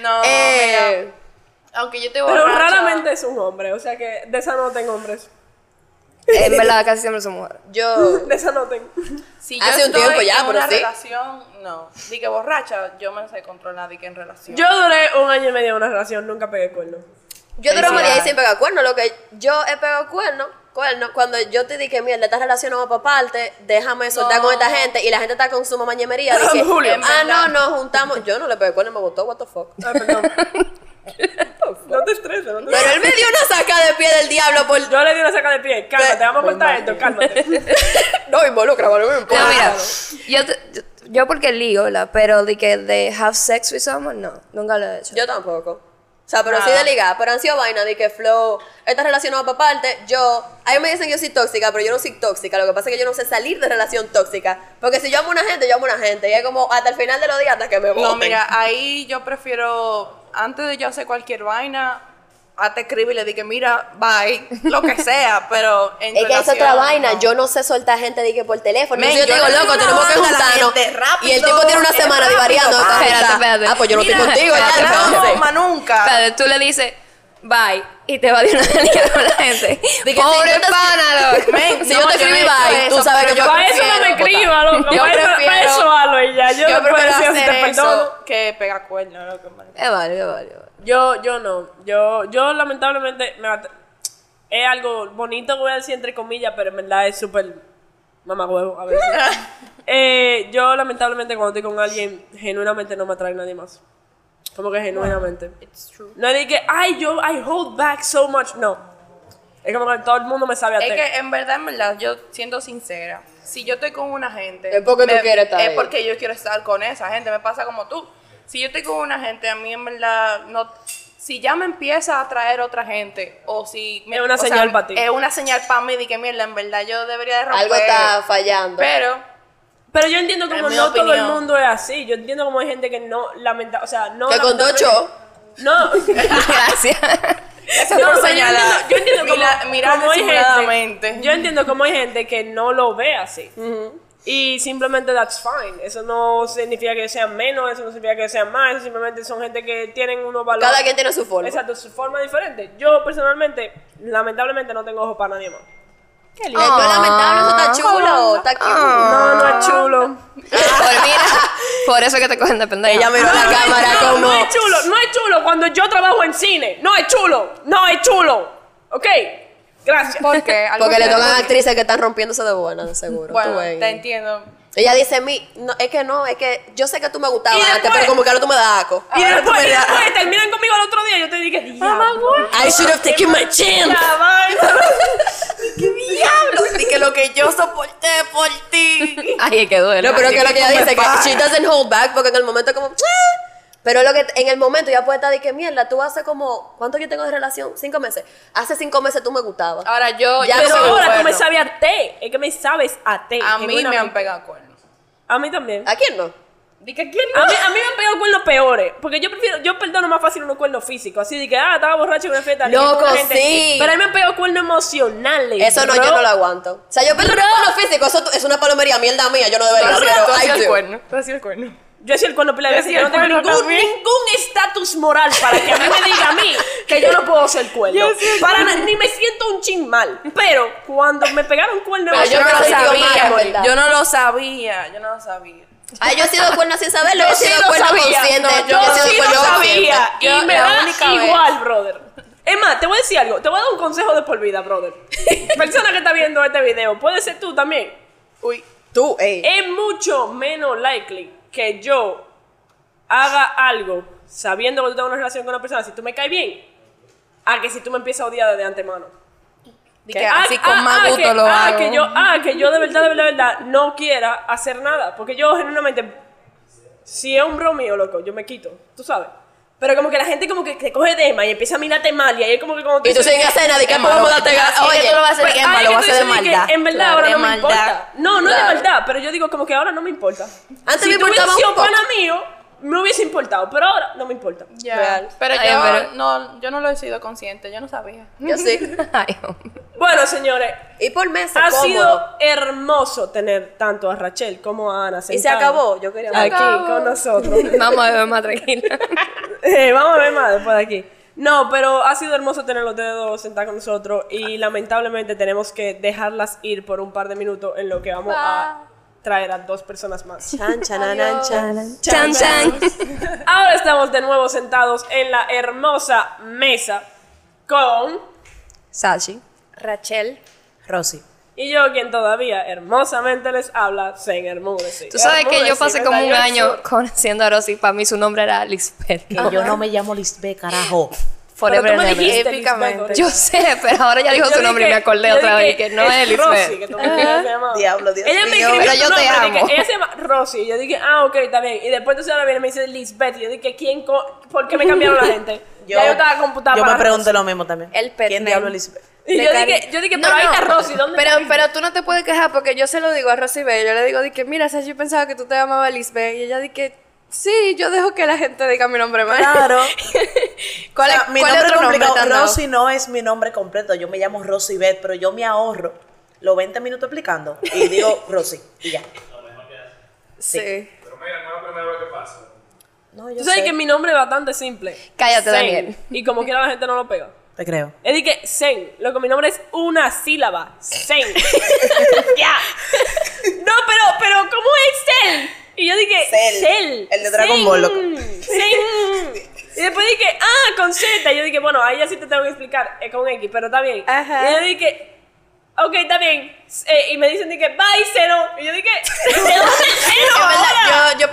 No.
Eh,
mira, Aunque yo te voy
Pero raramente es un hombre, o sea que de esa no tengo hombres.
En verdad, casi siempre son mujeres.
yo.
De esa no tengo.
Si
Hace un tiempo ya,
en
pero
una
sí.
relación, no. Di que borracha, yo me sé controlar di que en relación.
Yo duré un año y medio en una relación, nunca pegué cuerno.
Yo duré como
Felicidades.
10 sin pegar cuerno. Lo que yo he pegado cuerno, cuerno, cuando yo te dije, mierda, esta relación no va para parte, déjame soltar
No.
con esta gente y la gente está con su mamañemería. Dije,
Julio.
ah,
En
no,
verdad.
no, juntamos. Yo no le pegué cuerno, me gustó, what the fuck.
Ay, perdón. no te estreses, no te
Pero él me dio una saca de pie del diablo por.
Yo le di una saca de pie, cálmate,
Pe-
vamos a cortar esto, cálmate.
No, involucra, no me
Pero
importa.
mira, yo, te- yo porque ligo, ¿verdad? Pero de que de have sex with someone, no. Nunca lo he hecho.
Yo tampoco. O sea, pero
Nada.
sí de ligar, pero han sido vainas de que flow, esta relación no va para parte, yo, a mí me dicen que yo soy tóxica, pero yo no soy tóxica, lo que pasa es que yo no sé salir de relación tóxica, porque si yo amo a una gente, yo amo a una gente, y es como hasta el final de los días hasta que me voten.
No, mira, ahí yo prefiero, antes de yo hacer cualquier vaina, hasta escribirle, di que mira, bye, lo que sea, pero en
Es que es
relación,
otra vaina,
no.
yo no sé soltar gente de que por teléfono.
Men,
Entonces yo
yo
te digo,
le
loco,
mando
tenemos que
una banda a la
juntarnos.
gente, rápido,
y el tipo tiene una
es
semana
rápido.
divariando.
Ah,
con
espérate,
esa.
espérate.
Ah, pues yo no estoy
Mira,
contigo, ya
espérate,
entonces.
no, ma, nunca.
Pero tú le dices bye y te va de una línea con la gente.
Di que
Pobre
si yo te-
pana, loco.
Men, no,
Si yo te
yo no
escribí
he hecho
bye, tú
eso,
sabes
pero
que yo.
yo
Para eso no me
prefiero
escriba, loco.
Yo
Para eso, para
prefiero-
eso halo y ya. Yo,
Yo
después
prefiero
decía,
hacer
te perdono.
eso que pegar cuernos, loco, en verdad.
Eh, vale, eh, vale, eh, vale.
Yo, yo no. Yo, yo lamentablemente me at- es algo bonito, voy a decir entre comillas, pero en verdad es súper mamagüevo a veces. eh, yo lamentablemente cuando estoy con alguien, genuinamente no me atrae nadie más. Como que genuinamente. No es de que, ay, yo, I hold back so much. No. Es como que todo el mundo me sabe a
Es
ti.
que en verdad, en verdad, yo siendo sincera, si yo estoy con una gente.
Es porque tú
me-
quieres estar
Es
ahí.
porque yo quiero estar con esa gente, me pasa como tú. Si yo estoy con una gente, a mí en verdad no. Si ya me empieza a atraer otra gente, o si. me-
Es una
o sea,
señal pa' ti.
Es una señal para mí de que, mierda, en verdad yo debería de romper.
Algo está fallando.
Pero.
Pero yo entiendo como
mi
no todo el
opinión.
mundo es así. Yo entiendo como hay gente que no lamenta, o sea, no.
que con
lamentablemente-
Tocho.
No.
Gracias.
Eso
No, pero
por
yo
señalar.
entiendo- yo entiendo como-
Mira- mirar
como hay gente-
disimuladamente.
Yo entiendo como hay gente que no lo ve así. Y simplemente that's fine. Eso no significa que sean menos, eso no significa que sean más, eso simplemente son gente que tienen unos valores.
Cada quien tiene su forma.
Exacto, su forma diferente. Yo personalmente, lamentablemente, no tengo ojos para nadie más.
Eh, no es lamentable, eso está chulo. Está cute.
Ah.
No, no es chulo.
Por, Pues mira, por eso es que te cogen de pendeja. Ah,
Ella miró la cámara
no,
como.
no es chulo, no es chulo cuando yo trabajo en cine. No es chulo, no es chulo. ¿Ok? Gracias.
¿Por qué? Algo
Porque le
que-
tocan actrices que están rompiéndose de buena, de seguro.
Bueno,
tú ves.
te entiendo.
Ella dice, mi, no, es que no, es que yo sé que tú me gustabas
Y
antes,
después-
pero como que ahora tú me das asco.
Y
Ahora tú
después,
me
y
das-
después terminan conmigo el otro día. Yo te dije, diablo.
I should have taken my chance.
Ya, bye.
Diablo, así que lo que yo soporté por ti.
Ay, es que duele.
No, pero es que lo que ella dice, que she doesn't hold back, porque en el momento como, "Ah". pero lo que en el momento ya puede estar de que mierda, tú hace como, ¿cuánto yo tengo de relación? Cinco meses. Hace cinco meses tú me gustabas.
Ah,
Ahora yo.
Ya
yo
Pero
no,
soy
ahora tú me
cuerno.
sabes a té. Es que me sabes a té.
A mí me han
genuinamente.
pegado cuernos.
A mí también.
¿A quién no?
Dije, ¿quién
A mí, a mí me han pegado cuernos peores. Porque yo prefiero, yo perdono más fácil unos cuernos físicos. Así de que, ah, estaba borracho en una fiesta. le
Loco,
dije a una gente.
sí.
Pero a mí me han pegado cuernos emocionales.
Eso no,
bro.
yo no lo aguanto. O sea, yo perdono lo físico, eso tú- es una palomería, mierda mía, yo no debería.
Tú hacías el
pero I do.
cuerno. Tú hacías el cuerno.
Yo soy el cuerno pila de
Yo
veces.
sí,
Yo no
el
tengo
cuerno
ningún,
también.
ningún estatus moral para que a mí me diga a mí que yo no puedo ser cuerno.
Yo sí, el
para na- ni me siento un chin mal. Pero cuando me pegaron cuernos
Pero yo
Yo
emocionales-
no lo
no soy tío Mario, en
sabía.
verdad.
Yo no lo sabía. Yo no lo sabía.
Ay, Ah, yo he sido cuerno sin saberlo, yo he
sí
sido
lo
cuerno
sabía.
consciente.
No,
Yo
yo
he sido
sí lo
cuerno consciente.
sabía. Y
Yo-
me
la
da
única vez.
igual, brother. Es más, te voy a decir algo. Te voy a dar un consejo de por vida, brother. Persona que está viendo este video, puede ser tú también.
Uy.
Tú, ey.
Es mucho menos likely que yo haga algo sabiendo que tú tengo una relación con una persona, si tú me caes bien, a que si tú me empiezas a odiar de antemano.
Dije,
Que,
así
ah,
con
ah,
más
ah,
gusto
que-
lo
ah,
hago.
Que yo, ah, que yo de verdad, de verdad, de verdad no quiera hacer nada. Porque yo genuinamente, si es un bro mío, loco, yo me quito, tú sabes. Pero como que la gente como que te coge tema y empieza a mirarte mal y ahí es como que cuando
Y tú
dices-
sigues a cena, de que
Emma,
podemos
lo-
darte gas.
así que
Oye,
tú lo vas a hacer
pues,
que
Ah,
Emma
es
ay,
lo
que
va a
tú
hacer de
dices que
maldad.
En verdad,
Claro,
ahora
de
no me
maldad.
importa. No, no de
Claro. Ah,
maldad, pero yo digo como que ahora no me importa.
Antes
si
me
tú
importaba
hubieses sido
un poco.
pana mío, me hubiese importado, pero ahora no me importa.
Ya.
Real.
Pero
Ay,
yo
pero-
no, yo no lo he sido consciente. Yo no sabía.
Yo sí.
Ay, hombre.
Bueno, señores,
Y por meses,
ha
cómodo.
sido hermoso tener tanto a Rachel como a Ana
Y se
sentada
acabó, yo quería
aquí con nosotros.
Vamos a beber más tranquila.
Eh, vamos a ver más después de aquí. No, pero ha sido hermoso tener los dedos sentados con nosotros y lamentablemente tenemos que dejarlas ir por un par de minutos en lo que vamos a traer a dos personas más.
Chan, chananan, chanan.
Chan, chan.
Ahora estamos de nuevo sentados en la hermosa mesa con...
Sachi. Rachel.
Rosy.
Y yo, quien todavía hermosamente les habla, Sen Hermúdez.
Tú sabes que yo pasé como un año
Pero
conociendo a Rosy. Para mí su nombre era Lisbeth.
yo no me llamo Lisbeth, carajo.
tú
Forever
me
and ever.
dijiste,
épicamente.
Lisbeth,
Yo sé, pero ahora ya dijo
Yo
su nombre y me
dije-
acordé
yo
otra
dije,
vez. Que no es
Rosy,
Lisbeth.
que tú me dijiste que se llamaba.
Diablo, Dios
Ella me
mío.
escribió
Pero
tu
yo te
nombre, dije,
amo.
ella se llama Rosy. y Yo dije, ah, ok, está bien. Y después entonces ahora viene y me dice Lisbeth. Y yo dije, ¿quién co- ¿por qué me cambiaron la gente? ya yo estaba computada
Yo
para
me pregunto
Rosy.
lo mismo también.
El pet
¿Quién
name.
diablo es Lisbeth?
Y yo dije, yo dije, pero ahí está Rosy, ¿dónde
pero,
está
pero tú no te puedes quejar porque yo se lo digo a Rosy Bell. Yo le digo, di que mira, Sachi, yo pensaba que tú te llamabas Lisbeth. Y ella dije, sí, yo dejo que la gente diga mi nombre mal.
Claro.
¿Cuál,
O
es-
sea, mi
cuál
nombre
otro
complicado.
nombre te han dado?
Rosy no es mi nombre completo. Yo me llamo Rosy Beth, pero yo me ahorro los 20 minutos explicando y digo Rosy y ya.
Sí.
Pero mira, no es lo primero que pasa.
No,
Tú
yo
sabes
sé.
que mi nombre es bastante simple.
Cállate,
Zen.
Daniel.
Y como quiera la gente no lo pega.
Te creo.
Es de que Zen, lo que mi nombre es una sílaba. Zen. ya. No, pero, pero, ¿cómo es Zen? Y yo dije,
Cell.
Cell.
El de Dragon Ball, loco.
Zen. Y después dije, ah, con Z. Y yo dije, bueno, ahí ya sí te tengo que explicar, es con X, pero está bien.
Ajá.
Y yo dije, ok, está bien. Eh, y me dicen, dije, bye, Zeno. Y yo dije, ¿de dónde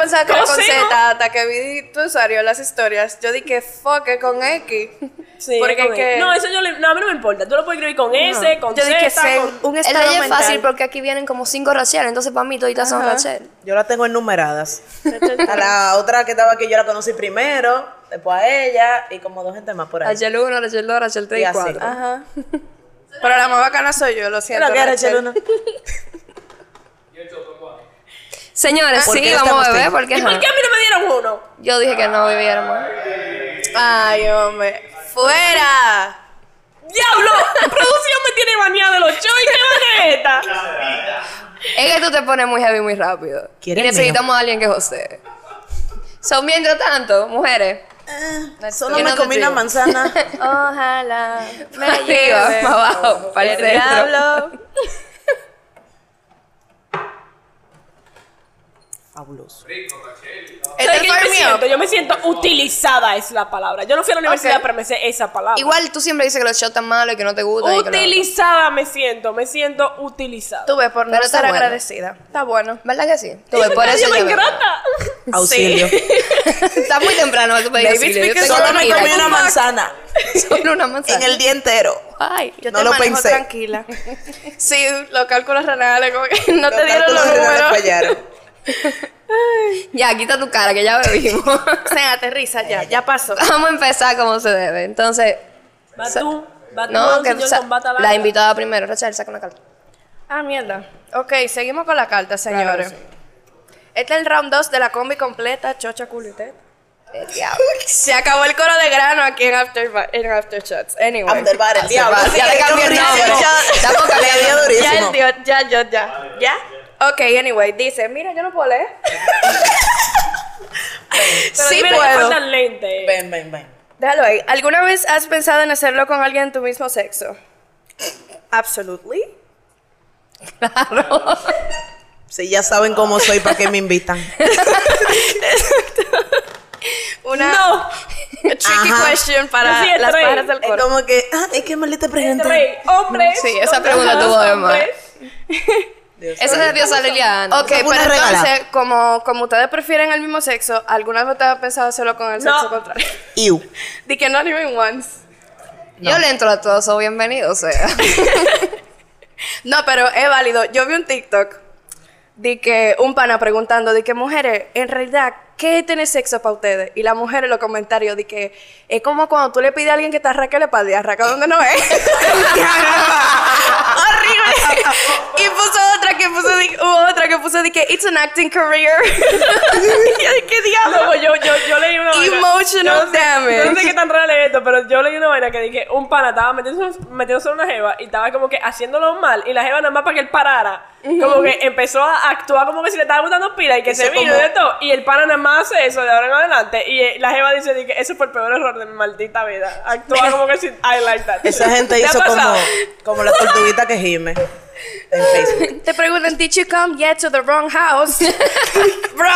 sacra con
Cocino.
Z hasta que vi tu usuario las historias. Yo dije, fuck, it, con X.
Sí,
Porque
con
que-
él. No, eso yo le- no, a mí no me importa. Tú lo puedes escribir con S, con
Yo dije
Z,
Zen,
con...
un
El
estado
rey es
mental.
fácil porque aquí vienen como cinco Rachel, entonces para mí toditas son Rachel.
Yo la tengo enumeradas. A la otra que estaba aquí yo la conocí primero, después a ella y como dos gente más por ahí.
Rachel 1, Rachel 2, Rachel 3
Y
y
así.
4.
Ajá. Pero la más bacana soy yo, lo siento.
Pero que era
Rachel.
Cheluna.
Señores,
Ah, ¿Por
sí,
qué
vamos a
estamos
beber
así?
porque
¿Y por
ajá.
qué a mí no me dieron uno?
yo dije que no bebiéramos.
Ay, hombre. fuera
¡Diablo! Producción me tiene baneada de los shows y qué vaina es esta.
Es que tú te pones muy heavy muy rápido. Y
¿Quieres
necesitamos a alguien que José. Son mientras tanto, mujeres.
Eh, Solo
Yo
me
no te
comí una
digo.
manzana.
Ojalá me
Para arriba,
lleve
para abajo, para el
el
centro.
diablo.
Fabuloso.
¿Sabes
Este
qué
fue
yo me
el mío.
siento? Yo me siento utilizada, es la palabra. Yo no fui a la universidad, pero me sé esa palabra.
Igual tú siempre dices que los shots están malos y que no te gustan. y que lo-
Utilizada me siento, me siento utilizada.
Tú ves, por no
Pero está
estar
bueno.
agradecida. Está bueno.
¿Verdad que sí? Tú ves, por
Nadie
eso
me
yo bebo.
ingrata.
Auxilio.
Está muy temprano para tú pedir
Baby,
auxilio. Yo
speak
tengo
it.
Solo
que
me
ir
comí
ahí.
una manzana
Solo una manzana.
en el día entero.
Ay,
Yo
No
te
lo
manejo
pensé.
tranquila. Sí, los cálculos renales, como que no te
Los
dieron
cálculos
los
renales
números.
fallaron.
Ya, quita tu cara que ya bebimos.
O sea, aterriza ya, ya pasó.
Vamos a empezar como se debe. Entonces,
Va tú, va tú,
no,
un
que
señor
sa-
con bata
la
larga.
invitada primero. Rachel, saca una carta.
Ah, mierda. Ok, seguimos con la carta, señores. Este es el round 2 de la combi completa, chocha culité.
El Eh, diablo.
Se acabó el coro de grano aquí en After, en After Shots. Anyway.
After Bar, el diablo.
Ya le cambié el nombre. Estamos cambiando.
Ya
Ya el
durísimo.
dios, ya, ya, ya. ¿Ya? Ok, anyway, dice, mira, yo no puedo leer.
Pero
sí
dime que
puedo.
faltan lentes.
Ven, ven, ven.
Déjalo ahí. ¿Alguna vez has pensado en hacerlo con alguien de tu mismo sexo? Absolutely.
Si ya saben cómo soy, ¿para qué me invitan?
Una
No,
tricky
Ajá.
question
Yo
para
sí, el
las
rey.
pájaras del
Es
coro.
como que, ah, es que maldita pregunta.
rey, hombre.
Sí, esa pregunta tuvo de más.
Dios
Eso
mío.
debió salir ya.
Ok,
Esa fue
pero
una regala.
entonces, como, como ustedes prefieren el mismo sexo, ¿alguna vez ustedes han pensado hacerlo con el
No.
sexo contrario?
Iu.
Di que not even once.
Yo le entro a todos, soy bienvenido, o sea.
No, pero es válido. Yo vi un TikTok de que un pana preguntando de que mujeres, en realidad, ¿qué tiene sexo para ustedes? Y la mujer en los comentarios de que es como cuando tú le pides a alguien que te arraque la espalda y arraca donde no es. Horrible. Y puso otra que puso, de, hubo otra que puso de que it's an acting career. Y yo de que diablo.
No, yo, yo, yo leí una vaina.
Emotional
Yo no sé-
damage.
Yo no sé qué tan real es esto, pero yo leí una vaina que dije, un pana estaba metiéndose, metiéndose en una jeva y estaba como que haciéndolo mal y la jeva nada más para que él parara. Como que empezó a actuar como que si le estaba botando pila y que se
Hizo
vino
como-
y de todo. Y el pana nada más hace eso de ahora en adelante. Y eh, la jeva dice, dije, ese fue el peor error de mi maldita vida. Actúa como que si I like that.
Esa gente
¿Te ha
hizo como,
pasado?
como la tortuguita que gime en Facebook.
Te preguntan, did you come yet to the wrong house? Bro.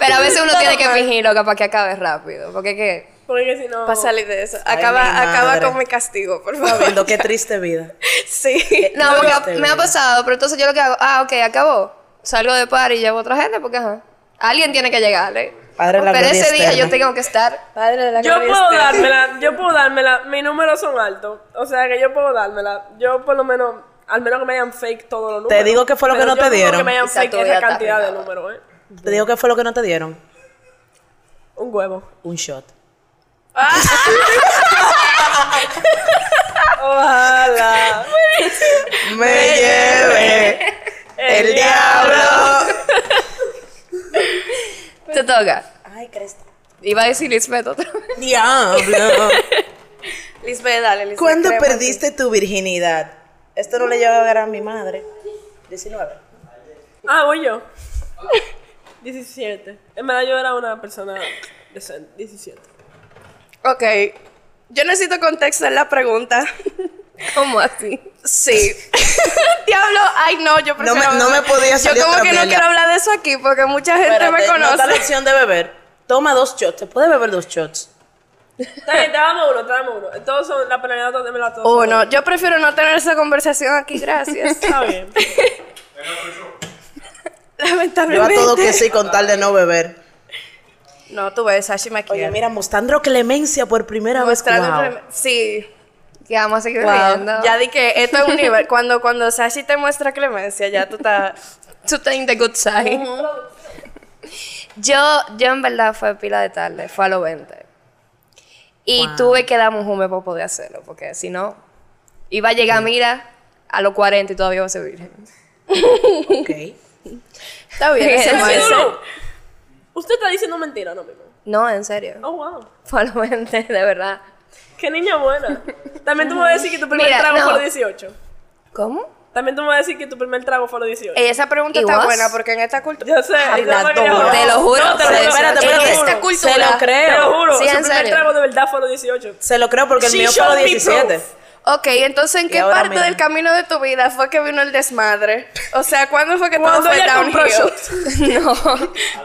Pero a veces uno tiene que fingir, loca, para que acabe rápido. Porque que.
Porque si no...
Para salir de eso.
Ay,
Acaba,
mi
acaba
madre.
con mi castigo, por
Estaba
favor.
viendo qué triste vida.
Sí.
No,
No,
porque
no te
me ha
veo.
pasado, pero entonces yo lo que hago, ah, ok, acabó. Salgo de par y llevo otra gente, porque ajá. Alguien tiene que llegarle.
Padre, la
Pero
gloria
ese día yo
externa.
tengo que estar.
Padre de la
Yo
gloria
puedo
esté.
dármela, yo puedo dármela, mis números son altos, o sea que yo puedo dármela, yo por lo menos, al menos que me hayan fake todos los números.
digo qué fue lo que
Pero
no
yo
te
dudo que
dieron.
me hayan
Quizá
fake
tu vida
esa
está
cantidad de
arruinada.
números, eh.
Te digo qué fue lo que no te dieron.
Un huevo.
Un shot.
Ojalá.
Me lleve el diablo.
Te toca.
Ay, cresta.
Iba a decir Lisbeth otra vez.
Diablo.
Lisbeth, dale, Lisbeth.
¿Cuándo
creo en
perdiste tu virginidad? Esto no le llegó a ver a mi madre. 19.
Ah, voy yo. 17. En verdad yo era una persona decente, 17.
ti. Ok. Yo necesito contexto en la pregunta.
¿Cómo así?
Sí. Diablo, ay no, yo
No
prefiero
me- no me podía salir
Yo como
otra
que no
mierda.
quiero hablar de eso aquí porque mucha gente me
Espérate,
conoce.
nota lección de beber. Toma dos shots. ¿Te puede beber dos shots?
Está bien, te damos uno, te damos uno. Todos son, la planeada, todos, démela todos.
Oh, no, yo prefiero no tener esa conversación aquí, gracias.
Está bien.
La lamentablemente.
Yo a todo que sí con tal de no beber.
No, tú ves, Sashi me
Oye,
quiere.
mira, mostrando clemencia por primera vez.
Mostrando
Wow.
rem- Sí.
Que vamos a seguir
wow.
bebiendo.
Ya di que esto es un nivel. cuando, cuando Sashi te muestra clemencia, ya tú estás.
Tú estás in the good side. yo, yo en verdad fue pila de tarde, fue a los 20. Y tuve que darme un jume para poder hacerlo, porque si no, iba a llegar, mira, a los 40 y todavía iba a ser virgen.
Ok.
Está bien, ese
Seguro.
puede ser.
Seguro. Usted está diciendo mentira, no, mi amor.
No, en serio.
Oh, wow.
Fue a los 20, de verdad.
Qué niña buena. También tú me vas a decir que tu primer
Mira,
trago
no.
fue a los 18.
¿Cómo?
También tú me vas a decir que tu primer trago fue a los 18.
Ey, esa pregunta
¿Y
está
vos?
buena porque en esta
Eh,
cultura.
Yo sé. y nada más quería
Habladora.
joder.
Te lo juro.
No, te lo
se-
juro.
espérate,
te
espérate.
lo
En
juro.
esta cultura.
Se lo creo.
Te lo juro.
Sí,
su
en
primer
serio.
trago de verdad fue a los 18.
Se lo creo porque el
She
mío fue a los
showed me
17.
proof.
Ok, entonces, ¿en
Y
qué
ahora
parte
mira.
del camino de tu vida fue que vino el desmadre? O sea, ¿cuándo fue que todo
Cuando
fue
ella compró
downhill?
shoes.
No.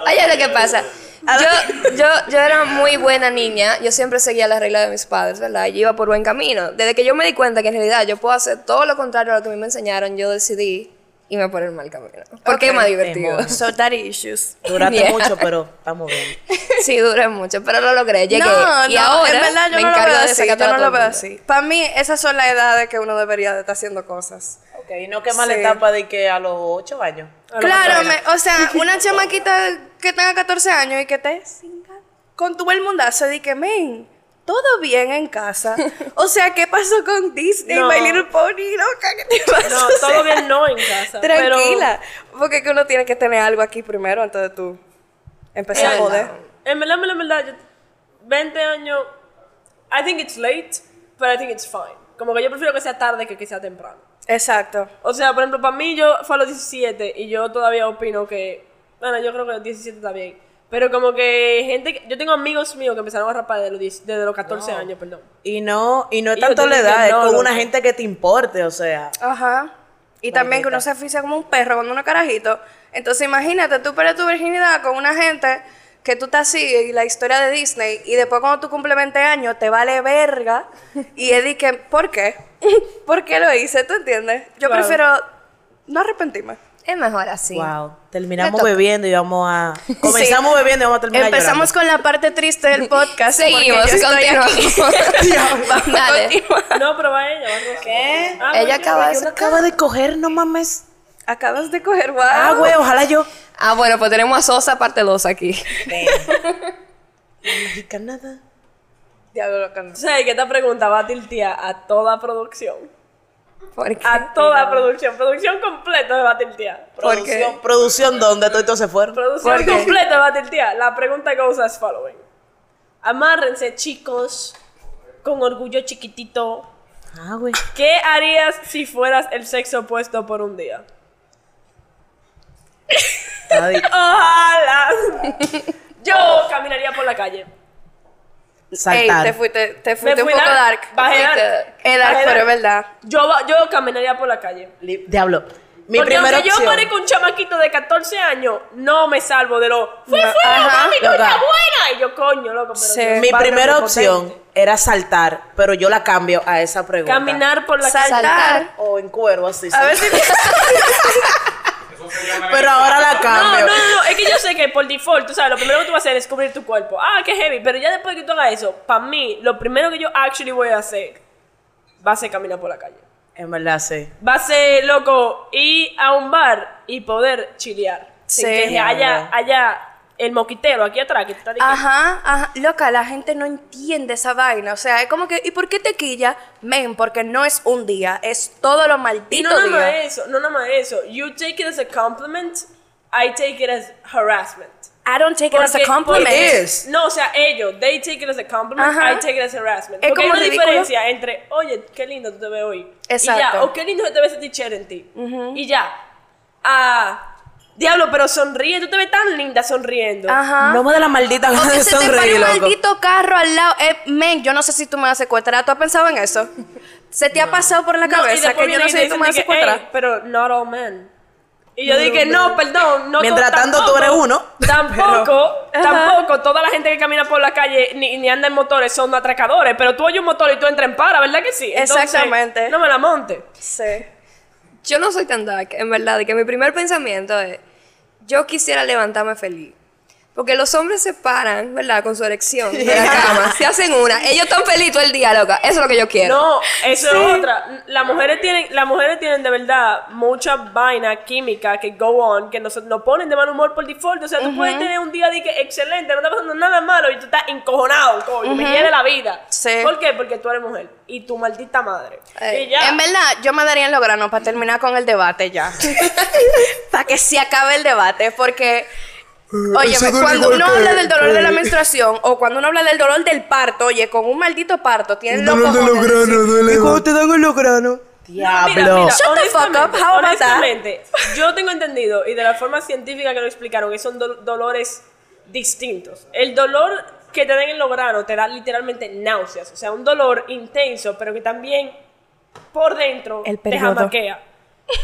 Oye, lo que pasa. Yo, yo, yo era muy buena niña, yo siempre seguía las reglas de mis padres, ¿verdad? Yo iba por buen camino. Desde que yo me di cuenta que en realidad yo puedo hacer todo lo contrario a lo que a mí me enseñaron, yo decidí irme por el mal camino. Porque es más divertido.
demonios.
So, daddy issues.
Duraste
Yeah.
mucho, pero estamos bien.
Sí, duré mucho, pero lo logré, llegué.
No,
y
no,
ahora
en verdad yo
me
no lo
encargo
veo
de
así,
desacatar
yo
a todo
no lo
el
veo
mundo.
así. Para mí, esas son las edades que uno debería de estar haciendo cosas.
Ok, y no quemar la
Sí.
etapa de que a los 8 años.
Claro, me- o sea, una chamaquita que tenga 14 años y que te cinga con tu bel mundazo de que, men, todo bien en casa. O sea, ¿qué pasó con Disney,
No.
My Little Pony, loca? ¿Qué te pasó?
No,
O sea,
todo bien no en casa. pero-
Tranquila, porque que uno tiene que tener algo aquí primero antes de tú empezar a
En-
joder.
En verdad, en verdad, en verdad, yo- 20 años. I think it's late, but I think it's fine. Como que yo prefiero que sea tarde que que sea temprano.
Exacto.
O sea, por ejemplo, para mí yo fue a los 17 y yo todavía opino que. Bueno, yo creo que los 17 está bien. Pero como que gente. que- Yo tengo amigos míos que empezaron a rapar desde los, 10 desde los 14 años, perdón.
Y no, y no es
Y yo
tanto
te
la
dije,
edad, es
no,
con
loco.
una gente que te importe, o sea.
Ajá. Y también que uno se asfixia como un perro cuando uno carajito. Entonces imagínate, tú pierdes tu virginidad con una gente que tú te sigues y la historia de Disney y después cuando tú cumples 20 años te vale verga y es de que, ¿por qué? ¿Por qué lo hice? ¿Tú entiendes? Yo
Claro.
prefiero no arrepentirme.
Es mejor así.
Wow.
Me
Terminamos
toca.
bebiendo y vamos a. Comenzamos
Sí.
bebiendo y vamos a terminar
Empezamos con la parte triste del podcast. porque
Seguimos,
yo estoy aquí.
continuamos.
Vamos a
Dale.
continuar.
No, pero va ella, va Rosa.
¿Qué?
Ah,
Ella
bueno,
acaba de
llorando. Acaba de coger, no mames.
Acabas de coger, wow.
Ah, güey, ojalá yo.
Ah, bueno, pues tenemos a Sosa parte 2 aquí.
Mexicanada.
Diablo, loca, no.
Tú sabes que esta pregunta va a tiltear a toda producción.
Porque
Ah,
A toda producción. Producción completa me va a tiltear.
¿Por qué?
Producción, producción donde todo esto se fueron.
Producción
¿Por qué?
completa va a tiltear. La pregunta goes as following. Amárrense, chicos, con orgullo chiquitito.
Ah, güey.
¿Qué harías si fueras el sexo opuesto por un día?
Está di-
Ojalá. Yo caminaría por la calle.
Ey,
Saltar.
te fuiste, te fuiste un
fui
poco
dark,
dark.
bajé
Te fuiste-
dark.
Eh, dark,
Bajé
pero es
dark.
verdad.
Yo, va- yo caminaría por la calle.
Li- Diablo. Mi
Porque
primera
aunque yo
opción.
parezco un chamaquito de 14 años, no me salvo de lo. ¡Fue
No,
fuera,
ajá,
mami! ¡Tú
loca.
estás buena! Y yo, coño, loco. Pero
Sí.
Dios,
Mi
padre
primera
prepotente.
opción era saltar, pero yo la cambio a esa pregunta.
Caminar por la calle.
saltar.
O en cuero, así.
A
sí.
ver si
Eso se llama-
Pero ahora la
No,
cambio.
no, no, no, es que yo sé que por default, tú sabes, lo primero que tú vas a hacer es cubrir tu cuerpo. Ah, qué heavy, pero ya después que tú hagas eso, para mí, lo primero que yo actually voy a hacer va a ser caminar por la calle.
En verdad, sí.
Va a ser, loco, ir a un bar y poder chilear. Sin
Sí.
que haya, haya el moquitero aquí atrás que te está diciendo.
Ajá, ajá. Loca, la gente no entiende esa vaina. O sea, es como que, ¿y por qué te quilla? Men, porque no es un día, es todo lo
Y
maldito
no eh. nada más
día.
eso, no nada más eso. You take it as a compliment, I take it as harassment.
I don't take it as a
Porque-
compliment.
porque-
It is.
No, o sea, ellos, they take it as a compliment,
Ajá.
I take it as harassment.
Es
porque
como
hay una
ridículo.
diferencia entre, oye, qué lindo tú te ves hoy. Y ya,
Exacto.
o qué lindo se te ves ese t-shirt en ti. Y ya. Ah, diablo, pero sonríe, tú te ves tan linda sonriendo.
Ajá.
No me da la maldita
O
gana
que
de
se te pare
sonreír,
un
loco.
maldito carro al lado. Eh, men, yo no sé si tú me vas a secuestrar. ¿Tú has pensado en eso? ¿Se te ha pasado por la
No, y
cabeza
después
que yo no
vienen y
sé si tú
dicen
me vas a
de que,
secuestrar?
"Ey, pero not all men. Y yo dije, no, perdón, no
Mientras
to-
tanto, tú
tampoco-
eres uno,
Tampoco,
pero-
tampoco, toda la gente que camina por la calle ni, ni anda en motores son atracadores, pero tú oyes un motor y tú entras en para, ¿verdad que sí? Entonces,
Exactamente.
No me la monte.
Sí.
Yo no soy tan dark, en verdad, de que mi primer pensamiento es, yo quisiera levantarme feliz. Porque los hombres se paran, ¿verdad? Con su erección de la cama. Se hacen una. Ellos están feliz todo el día, loca. Eso es lo que yo quiero.
No, eso es otra. Las mujeres tienen, las mujeres tienen de verdad mucha vaina química que go on, que nos, nos ponen de mal humor por default. O sea, tú puedes tener un día de que excelente, no está pasando nada malo y tú estás encojonado, coño, me llena la vida.
Sí. Eh,
¿Por qué? Porque tú eres mujer y tu maldita madre.
Ay,
y ya.
En verdad, yo me daría en los granos para terminar con el debate ya. para que se acabe el debate, porque.
Eh,
Oye,
eso duele
cuando
igual
uno
que-
habla del dolor de la
que-
menstruación o cuando uno habla del dolor del parto, oye, con un maldito parto, tienen
El
los
dolor de los
cojones de decir,
granos duele. más.
te dan en los granos?
Mira,
Diablo.
mira,
Shut the fuck
honestamente,
up, how about that?
honestamente, yo tengo entendido y de la forma científica que lo explicaron, que son do- dolores distintos. El dolor que te dan en los granos te da literalmente náuseas, o sea, un dolor intenso, pero que también por dentro
El
te
periodo.
jamaquea.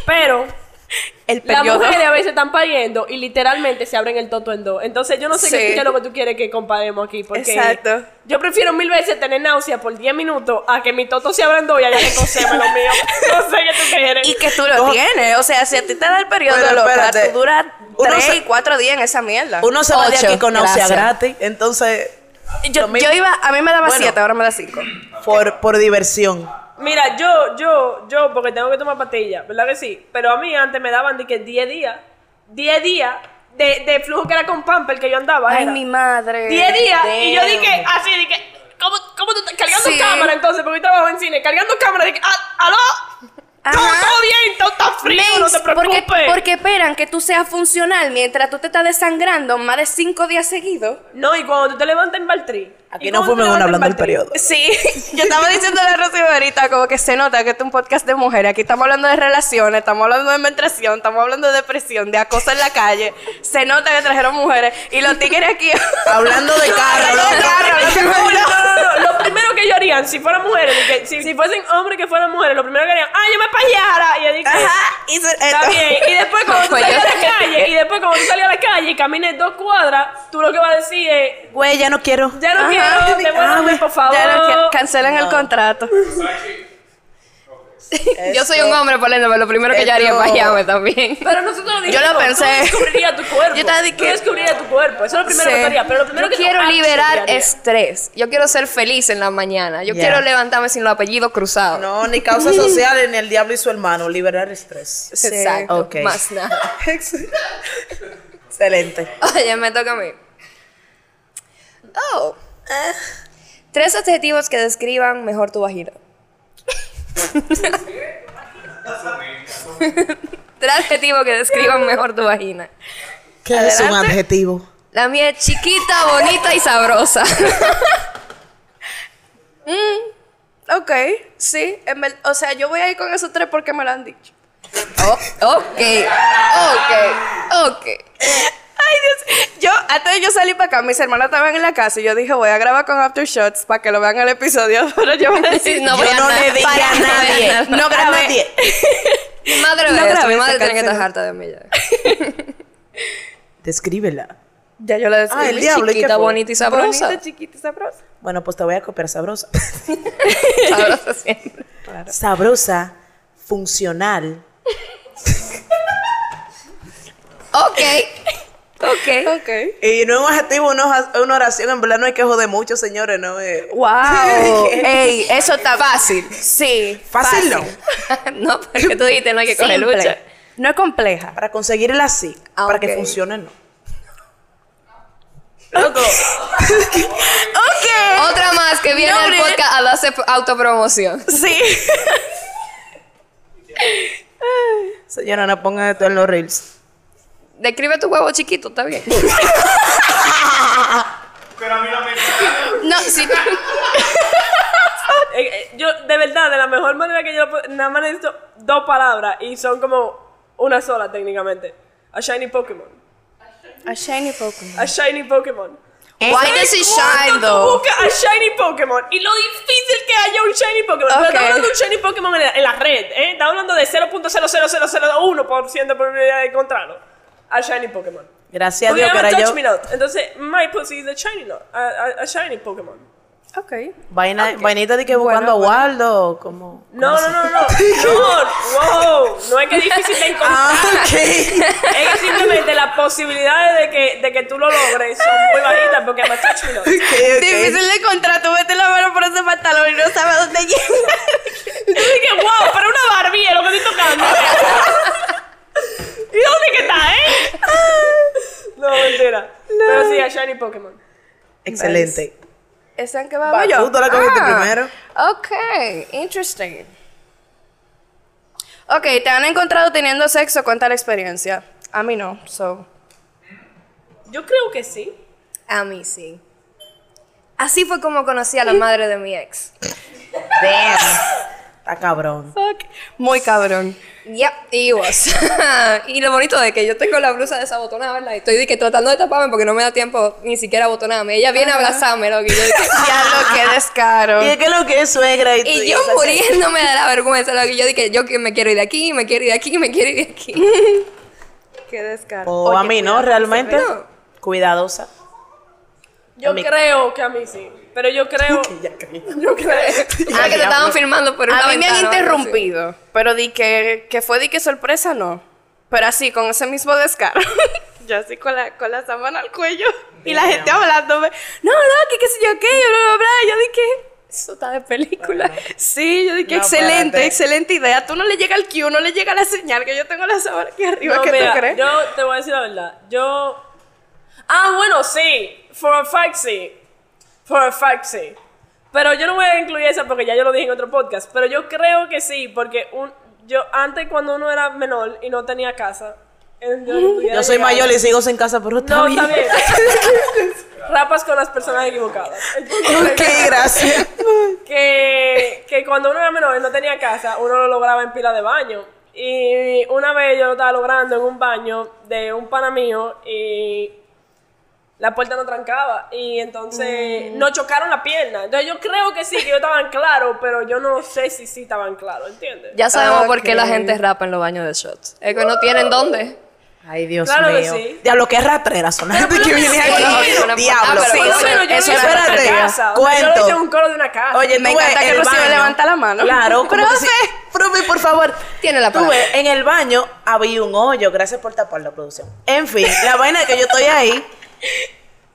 Pero
El
las
periodo.
mujeres a veces están pariendo y literalmente se abren el toto en dos. Entonces yo no sé
Sí.
qué, qué es lo que tú quieres que comparemos aquí. Porque
Exacto.
Yo prefiero mil veces tener náusea por 10 minutos a que mi toto se abra en dos y haya que coserme lo mío. No sé qué tú quieres.
Y que tú lo
No.
tienes. O sea, si a ti te da el periodo,
Pero
loca,
espérate.
tú duras
Uno
tres
se-
y cuatro días en esa mierda.
Uno se va de
Ocho,
aquí con náusea
gracias.
gratis, entonces,
yo,
lo mismo.
yo iba, a mí me daba
Bueno.
siete, ahora me da cinco.
por, por diversión.
Mira, yo, yo, yo, porque tengo que tomar pastillas, ¿verdad que sí? Pero a mí antes me daban de que 10 días, 10 días de, de flujo que era con pamper que yo andaba.
Ay,
era.
mi madre.
10 días. Y yo
Damn.
dije, así, dije, ¿cómo, cómo tú estás cargando
Sí.
cámara entonces? Porque yo trabajo en cine, cargando cámara, dije, "Ah, ¿aló?
Ajá.
Todo, todo bien, todo está frío, no te
Mace, porque,
preocupes.
porque esperan que tú seas funcional mientras tú te estás desangrando más de cinco días seguidos.
No, y cuando tú te levantas en Baltrí.
Aquí no fuimos una hablando del periodo.
Sí, yo estaba diciendo a Rocío ahorita como que se nota que este es un podcast de mujeres. Aquí estamos hablando de relaciones, estamos hablando de menstruación, estamos hablando de depresión, de acoso en la calle. Se nota que trajeron mujeres. Y los tigres aquí...
Hablando de carro,
Hablando de
loco.
carro,
No,
loco.
no, no, no, Lo primero que ellos harían, si fueran mujeres, de que- si, si fuesen hombres que fueran mujeres, lo primero que harían, ah, yo me payara. Y yo dije,
Ajá, y se- eh,
Está
esto.
bien. Y después cuando tú
Pues yo
salgas a la
sé.
calle, y después cuando tú salgas a la calle y camines dos cuadras, tú lo que vas a decir es,
Güey, ya no quiero.
ya no
Ajá. "Ah,
quiero, devuélvame, por favor.
Ya no quiero- cancelen el contrato.
yo soy un hombre, por ejemplo. Lo primero que yo haría es
Esto-
bañarme también.
Pero nosotros no dijimos,
Yo lo
tú
pensé.
descubrirías tu cuerpo.
Yo estaba de que-
Tú descubrirías tu cuerpo. Eso es lo primero
Sí.
que tú harías. Pero lo primero
Yo
que tú
quiero
actually
liberar
harías.
estrés. Yo quiero ser feliz en la mañana. Yo
Ya.
quiero levantarme sin los apellidos cruzados.
No, ni causas sociales, ni el diablo y su hermano. Liberar estrés.
Sí.
Exacto.
Ah, Ok.
Más nada.
Excelente.
Oye, me toca a mí. Oh. Tres adjetivos que describan mejor tu vagina. Tres adjetivos que describan mejor tu vagina.
¿Qué es un adjetivo?
La mía es chiquita, bonita y sabrosa.
Mm, Ok, sí. en ver- o sea, yo voy a ir con esos tres porque me lo han dicho.
Oh, ok, ok, ok.
Ay, Dios. Yo, antes de yo salir para acá, mis hermanas estaban en la casa y yo dije, voy a grabar con Aftershots para que lo vean el episodio. Pero yo me decidí.
No voy
Yo
a
no
nada-
le dije
para
a
nada.
nadie.
No
a
grabé.
nadie.
Mi madre ve
No
esto,
grabé,
Mi
se
madre tiene que estar
canceló.
harta de mí ya.
Descríbela.
Ya yo la decidí.
Ah, el diablo, ¿y qué
Chiquita,
fue?
bonita y sabrosa.
Bonita, chiquita y sabrosa.
Bueno, pues te voy a copiar sabrosa.
sabrosa siempre.
Sabrosa, funcional.
Ok. Ok.
Ok.
Y no es un adjetivo, no es una oración. En verdad no hay que joder mucho, señores. No eh.
Wow. Ey, eso está fácil. Sí.
Fácil no.
no, porque tú dijiste no hay que coger
Simple.
lucha.
No es compleja.
Para conseguirla así,
Ah,
para
ok.
que funcione, no.
Ok.
Otra más que viene al
Nombre.
podcast a darse p- autopromoción.
Sí.
Señora, no pongan esto en los reels.
Describe tu huevo chiquito, está bien.
Pero a mí la mente.
No, sí.
Eh, eh, yo, de verdad, de la mejor manera que yo lo puedo- nada más necesito dos palabras y son como una sola técnicamente. A shiny Pokémon.
A shiny Pokémon.
A shiny Pokémon.
Why does it shine
Tú
though?
buscas a Shiny Pokémon y lo difícil que haya un Shiny Pokémon. Pero
Ok.
estamos hablando de un Shiny Pokémon en la, en la red, ¿eh? Estamos hablando de 0.00001% de probabilidad de encontrarlo. A Shiny Pokémon.
Gracias a
Porque
Dios que
ahora
era
touch
yo.
me not. Entonces, my pussy is a Shiny not, a, a- a Shiny Pokémon.
Ok.
Vaina, Vainita de que buscando a Waldo, como...
No, no, no, no, no. No, wow. No es que es difícil de encontrar.
Ah, ok.
Es que simplemente la las posibilidades de que, de que tú lo logres son muy bajitas porque machacho no.
Difícil de encontrar, tú vete la mano por ese pantalón y no sabes a dónde llega.
Yo dije, wow, pero una Barbie es lo que estoy tocando. ¿Y dónde que está, eh? No, mentira. Pero sí, a Shiny Pokémon.
Excelente.
¿Están que vamos yo? Ah.
tú te la cogiste primero.
Ok, interesting. Ok, ¿te han encontrado teniendo sexo? Cuenta la experiencia. A mí no, so.
Yo creo que sí.
A mí sí. Así fue como conocí a la madre de mi ex.
Está cabrón.
Fuck. Muy cabrón.
Yep, y was. y lo bonito de que yo tengo la blusa desabotonada, ¿verdad? Y estoy de que tratando de taparme porque no me da tiempo ni siquiera abotonarme. Ella viene a abrazarme, loco, y yo de que-
Ya lo que descaro.
¿Y es que lo que es suegra? Y, tú-
Y yo
o sea,
muriéndome de la vergüenza, loco, y yo dije, yo que me quiero ir de aquí, me quiero ir de aquí, me quiero ir de aquí.
Qué descaro.
O "Oh, a mí, ¿no? Realmente. Cuidadosa.
Yo
A mí-
creo que a mí sí. Pero yo creo.
Ya creí.
Yo creo.
Ah, que te estaban firmando por una
A mí me han
ventana o algo así.
interrumpido, pero di que, que fue di que sorpresa no. Pero así, con ese mismo descaro. yo así con la, con la sábana al cuello y la gente hablándome. No, no, que qué sé yo qué, y bla, bla, bla. Y Yo dije, eso está de película. Sí, yo dije,
No,
excelente,
espérate.
excelente idea. Tú no le llega el cue, no le llega la señal que yo tengo la sábana aquí arriba.
No,
¿Qué
mira,
tú crees?
Yo te voy a decir la verdad. Yo. Ah, bueno, sí. For a fact, sí. For a fact, sí. Pero yo no voy a incluir esa porque ya yo lo dije en otro podcast. Pero yo creo que sí, porque un, yo antes cuando uno era menor y no tenía casa. en- yo estudiaba
Yo soy
llegaba-
mayor y sigo sin casa, pero está
No,
bien.
está bien. Rapas con las personas equivocadas.
Ok, gracias.
que, que cuando uno era menor y no tenía casa, uno lo lograba en pila de baño. Y una vez yo lo estaba logrando en un baño de un pana mío y la puerta no trancaba. Y
Mm.
entonces no chocaron la pierna. Entonces yo creo que sí, que yo estaba en claro, pero yo no sé si sí estaban claro, ¿entiendes?
Ya sabemos por qué la
Ok.
gente rapa en los baños de shots. Es que no tienen dónde.
Ay, Dios
Claro que
mío.
sí.
Diablo, qué ratrera sonante que viene
sí, por lo menos,
aquí.
por-
Diablo,
ah, pero
Por lo menos
sí,
yo lo
eso
hice en
espérate.
una casa. O sea, yo lo hice en un
Cuento.
coro de una casa.
Oye,
Me
tú ves
encanta que
el
Rocío
baño.
levanta la mano.
Claro, como que sí. Profe, por favor.
Tiene la
Tú
palabra.
ves, en el baño había un hoyo. Gracias por tapar la producción. En fin, la vaina es que yo estoy ahí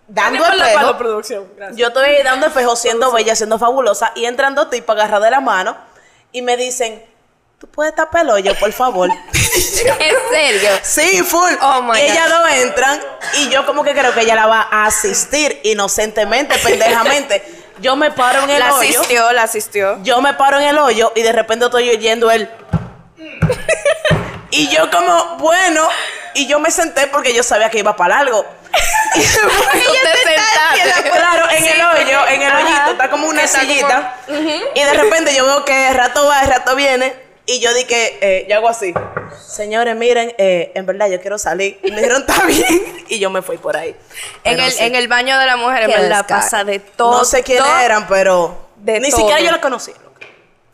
dando
Ponle palo,
espejo.
producción. Gracias.
Yo estoy ahí dando espejo, siendo bella, siendo fabulosa. Y entran dos tipos agarrados de la mano y me dicen, ¿tú puedes tapar el hoyo, por favor?
En serio.
Sí, full.
Oh, my
y ellas dos entran y yo como que creo que ella la va a asistir inocentemente, pendejamente. Yo me paro en el
La
hoyo.
asistió, la asistió.
Yo me paro en el hoyo y de repente estoy oyendo él. y yo como, bueno, y yo me senté porque yo sabía que iba para algo. y
Usted sentaste.
Claro, en el hoyo, en el hoyito, está como una sillita. Y de repente yo veo que el rato va, el rato viene. Y yo dije, eh, yo hago así. Señores, miren, eh, en verdad yo quiero salir. Y me dijeron, está bien. Y yo me fui por ahí.
En
Pero
el,
sí.
en el baño de la mujer, en
Qué
verdad,
descaro.
pasa de todo.
No sé quiénes eran, pero.
de
ni
todo.
siquiera yo la conocí. loca.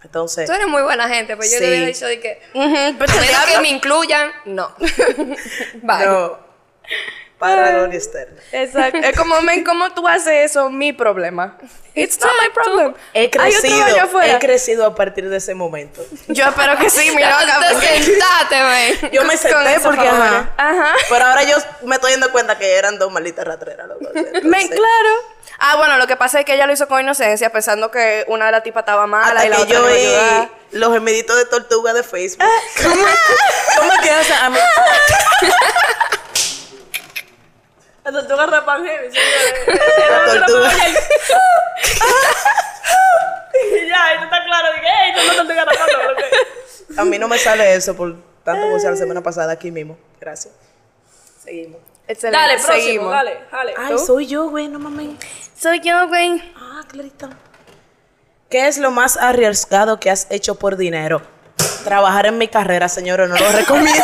Entonces.
Tú eres muy buena gente, pues yo
Sí.
te hubiera dicho de que.
Ujú, pero
A
te
menos
hablo.
que me incluyan, no. Bye.
No.
Eh,
Para Gloria Esther.
Exacto. Es como, men, ¿cómo tú haces eso? Mi problema. It's not my problem.
He
Hay otro
crecido,
baño afuera.
he crecido a partir de ese momento.
Yo espero que sí, mi loca.
Te
porque-
sentaste, man.
Yo me
Con
senté
esos
porque,
favores.
ajá.
Ajá.
Pero ahora yo me estoy dando cuenta que eran dos malditas ratreras. loco. Entonces,
Men, claro. Ah, bueno, lo que pasa es que ella lo hizo con inocencia, pensando que una de las tipas estaba mala
Hasta
y la
que
otra
yo
no ah. iba a
vi
ayudar.
los gemiditos de tortuga de Facebook. ¿Cómo, cómo que haces? A mí-
La tortuga rapan heavy, señores.
La tortuga.
Y ya, esto está claro. Dije, hey, esto no es tortuga rapan. ¿ok?
a mí no me sale eso por tanto bucear la
Ah.
semana pasada aquí mismo. Gracias. Seguimos.
Excelente.
Dale, próximo,
seguimos.
dale, dale.
Ay, soy yo, güey, no mames.
Soy yo, güey.
Ah, clarita. ¿Qué es lo más arriesgado que has hecho por dinero? Trabajar en mi carrera, señora, no lo recomiendo.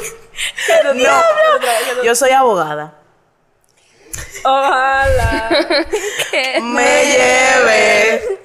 no, yo soy abogada.
Ojalá.
Me lleve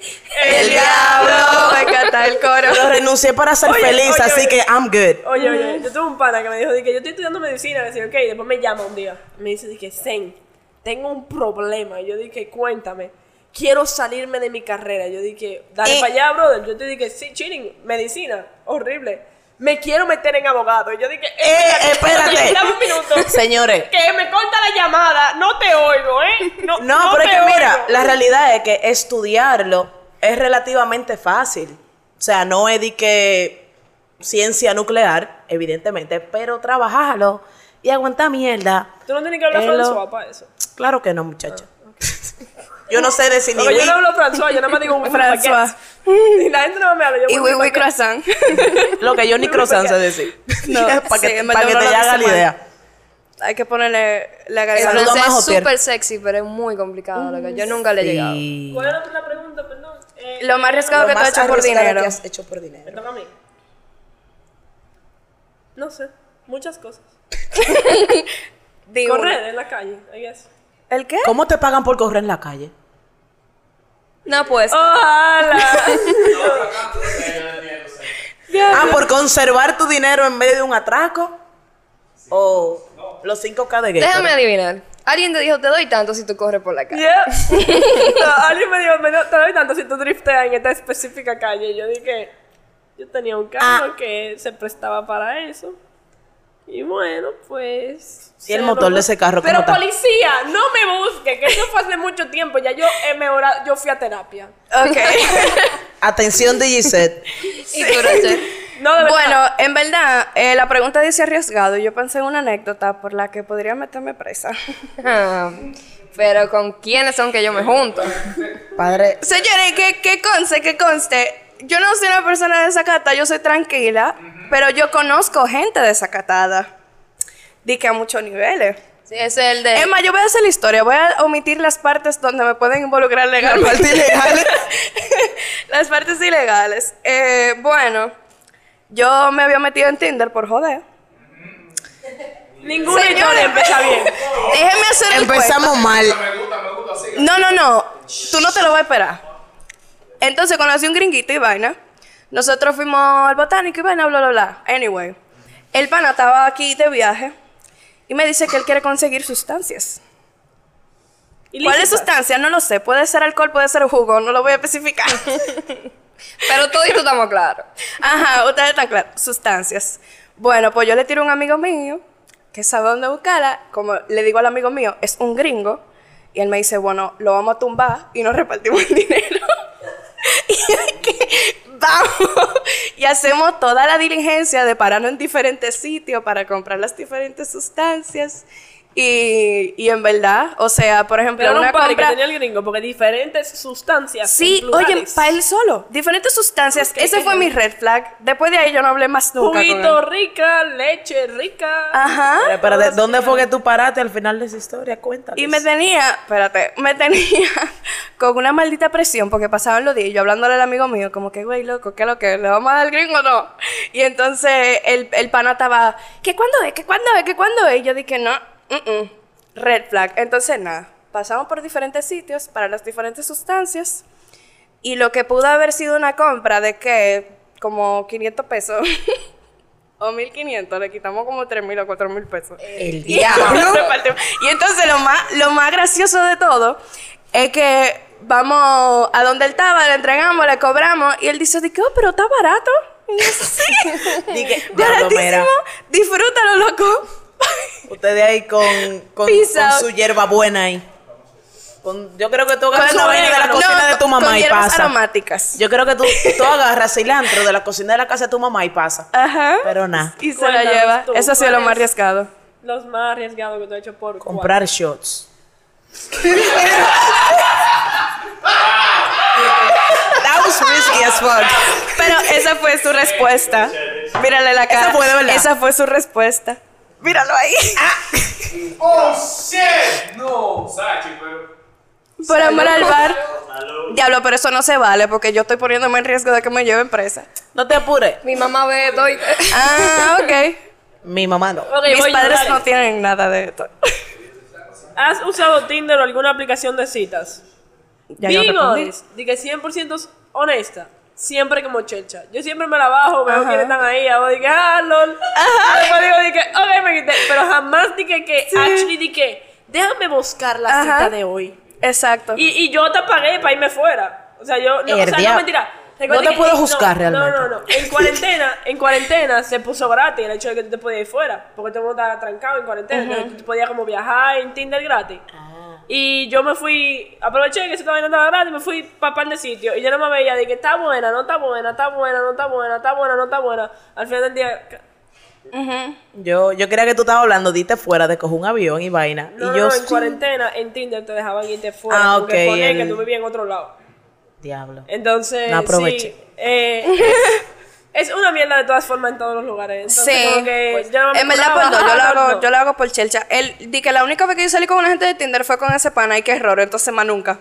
el diablo.
Me encanta el coro.
Pero renuncié para ser
Oye,
feliz,
oye,
así
oye.
que I'm good.
Oye, oye, yo tuve un pana que me dijo, dije, yo estoy estudiando medicina. Le decía, ok, y después me llama un día. Me dice, dije, Zen, tengo un problema. Y Yo dije, cuéntame. Quiero salirme de mi carrera. Yo dije, dale
Y-
para allá, brother. Yo te dije, sí, chilling, medicina, horrible. Me quiero meter en abogado. Y Yo dije,
Eh, espérate.
Dame un minuto. minutos.
Señores.
Que me corta la llamada. No te oigo, ¿eh? No,
No,
no
pero es
te
que mira,
oigo.
la realidad es que estudiarlo es relativamente fácil. O sea, no es de que ciencia nuclear, evidentemente, pero trabajarlo y aguantar mierda.
Tú no tienes que hablar
Hello.
François para eso.
Claro que no, muchacho. yo no sé decir ni
Porque yo
oui.
no hablo François, yo nada más digo un
François.
Y la gente no me habla. Yo
Y
voy
Wiwi
paquete.
Croissant.
lo que yo ni
No,
croissant sé
porque-
decir.
No,
para
sí,
que,
en verdad
pa' que
uno
te
lo dice
haga la
mal.
idea.
Hay que ponerle la
El
garganta.
Saludos
francés
más
es
hotel.
súper sexy, pero es muy complicado, loca. Yo nunca le he llegado.
Y
¿Cuál era la pregunta? Perdón. Eh,
Lo más arriesgado
lo
que tú has
más
hecho por
arriesgado
dinero.
que has hecho por dinero.
Me toca a mí. No sé. Muchas cosas.
Digo,
Correr en la calle, I guess.
¿El qué?
¿Cómo te pagan por correr en la calle?
No, pues.
¡Ojalá!
Ah, por conservar tu dinero en vez de un atraco. O los 5K de Gatorade.
Déjame adivinar. Alguien te dijo, te doy tanto si tú corres por la calle.
Yeah. No, alguien me dijo, me dio- te doy tanto si tú drifteas en esta específica calle. Y Yo dije, yo tenía un carro
Ah.
que se prestaba para eso. Y bueno, pues...
¿Y el
se
motor de
lo-
ese carro cómo
Pero
está?
policía, no me busque, que eso fue hace mucho tiempo. Ya yo he mejorado, yo fui a terapia.
Ok.
Atención, DigiSet.
Y tú, Rocher.
No, de verdad.
bueno, en verdad, eh, la pregunta dice arriesgado. Yo pensé en una anécdota por la que podría meterme presa.
Ah, Pero con quiénes son que yo me junto.
Padre.
Señores, que, que conste, que conste. Yo no soy una persona desacatada, yo soy tranquila, pero yo conozco gente desacatada. Di que a muchos niveles.
Sí, ese es el de.
Emma, yo voy a hacer la historia, voy a omitir las partes donde me pueden involucrar legalmente. las partes ilegales. Eh, bueno, yo me había metido en Tinder por joder.
ninguna
señores.
historia empieza bien.
Déjeme hacer el
Empezamos mal.
Me gusta, me gusta, siga.
No, no, no. Tú no te lo vas a esperar. Entonces conocí un gringuito y vaina. Nosotros fuimos al botánico y vaina, bla, bla, bla. Anyway, el pana estaba aquí de viaje y me dice que él quiere conseguir sustancias. ¿Cuáles
Ilícitas.
sustancias? No lo sé. Puede ser alcohol, puede ser jugo, no lo voy a especificar.
Pero tú y tú estamos claros.
Ajá, ustedes están claros. Sustancias. Bueno, pues yo le tiro a un amigo mío que sabe dónde buscarla. Como le digo al amigo mío, es un gringo. Y él me dice, bueno, lo vamos a tumbar y nos repartimos el dinero. y yo que vamos. Y hacemos toda la diligencia de pararnos en diferentes sitios para comprar las diferentes sustancias. Y, y en verdad, o sea, por ejemplo,
Pero era
una
un party que
compra...
tenía el gringo, porque diferentes sustancias.
Sí,
en
oye,
plurales.
para él solo. Diferentes sustancias.
Ok,
Ese fue
genial.
mi red flag. Después de ahí yo no hablé más nunca. con él.
Juguito rica, leche rica.
Ah.
Ajá.
Pero ¿de dónde fue que tú paraste al final de esa historia? Cuéntanos.
Y me tenía, espérate, me tenía con una maldita presión porque pasaban los días y yo hablándole al amigo mío, como que, güey, loco, ¿qué es lo que? ¿Le vamos a dar al gringo o no? Y entonces el, el pana estaba, ¿qué cuándo es? ¿Qué cuándo es? ¿Qué cuándo es? Y yo dije, no, mm, mm, red flag. Entonces nada, pasamos por diferentes sitios para las diferentes sustancias y lo que pudo haber sido una compra de que, como 500 pesos o 1500, le quitamos como 3000 o 4000 pesos.
El
Y, y entonces lo más, lo más gracioso de todo es que vamos a donde él estaba, le entregamos, le cobramos y él dice, de que, oh, pero está barato. Y yo, sí,
Dije, "Diablo, mira,
baratísimo, disfrútalo, loco.
Ustedes ahí con, con,
Pizza.
con su hierba buena ahí. Con- yo creo que tú agarras
Con
una vaina de la
orégano.
cocina
No,
de tu
con-
mamá
con
y
hierbas
pasa.
aromáticas.
Yo creo que tú, tú agarras cilantro de la cocina de la casa de tu mamá y pasa.
Ajá.
Pero nada,
Y se
¿Cuál
la
la
lleva.
ves tú?
Eso ha sido lo
¿Cuál
más
es?
arriesgado.
Los más arriesgados que tú has hecho por
comprar shots. That was risky as fuck.
Pero esa fue su respuesta. Mírale la cara.
fue de verdad.
Esa fue su respuesta. Míralo ahí.
Ah. ¡Oh, shit! No, Sachi, pero.
Por amor al bar. Diablo, pero eso no se vale porque yo estoy poniéndome en riesgo de que me lleven presa.
No te apures.
Mi mamá ve todo y.
Ah, ok.
Mi mamá no.
Ok,
Mis
voy yo,
padres
dale.
no tienen nada de esto.
¿Has usado Tinder o alguna aplicación de citas?
Ya yo
Digo,
respondí.
di que 100% honesta. Siempre como checha. Yo siempre me la bajo, veo
Ajá.
quiénes están ahí, hago dije, ah, lol. Después digo, dije, ok, me quité. Pero jamás dije que, actually dije, déjame buscar la
Ajá.
cita de hoy.
Exacto.
Y, y yo te pagué para irme fuera. O sea, yo, no, o sea,
Herdia.
no mentira. Recuerda
No te
que-
puedo
eh,
juzgar realmente.
No, no, no. En cuarentena, en cuarentena se puso gratis el hecho de que tú te podías ir fuera. Porque todo el mundo estaba trancado en cuarentena. Entonces tú podías como viajar en Tinder gratis.
Ah.
Y yo me fui, aproveché que se estaba vaina estaba gratis, me fui para par de sitios. Y yo no me veía de que está buena, no está buena, está buena, no está buena, está buena, no está buena. Al final del día,
Yo, yo creía que tú estabas hablando, diste fuera, de coger un avión y vaina.
no,
y
no,
yo.
no, en
sí,
cuarentena en Tinder te dejaban irte fuera.
Ah,
como que
ok,
poner que
el-
tú vivías en otro lado.
Diablo.
Entonces,
No aproveché.
sí, eh, es, es una mierda de todas formas en todos los lugares. Entonces,
sí.
como que ya no me
en verdad,
acordaba.
pues no, yo lo hago,
No.
yo lo hago por chelcha. El, di que la única vez que yo salí con una gente de Tinder fue con ese pana y qué error, entonces más nunca.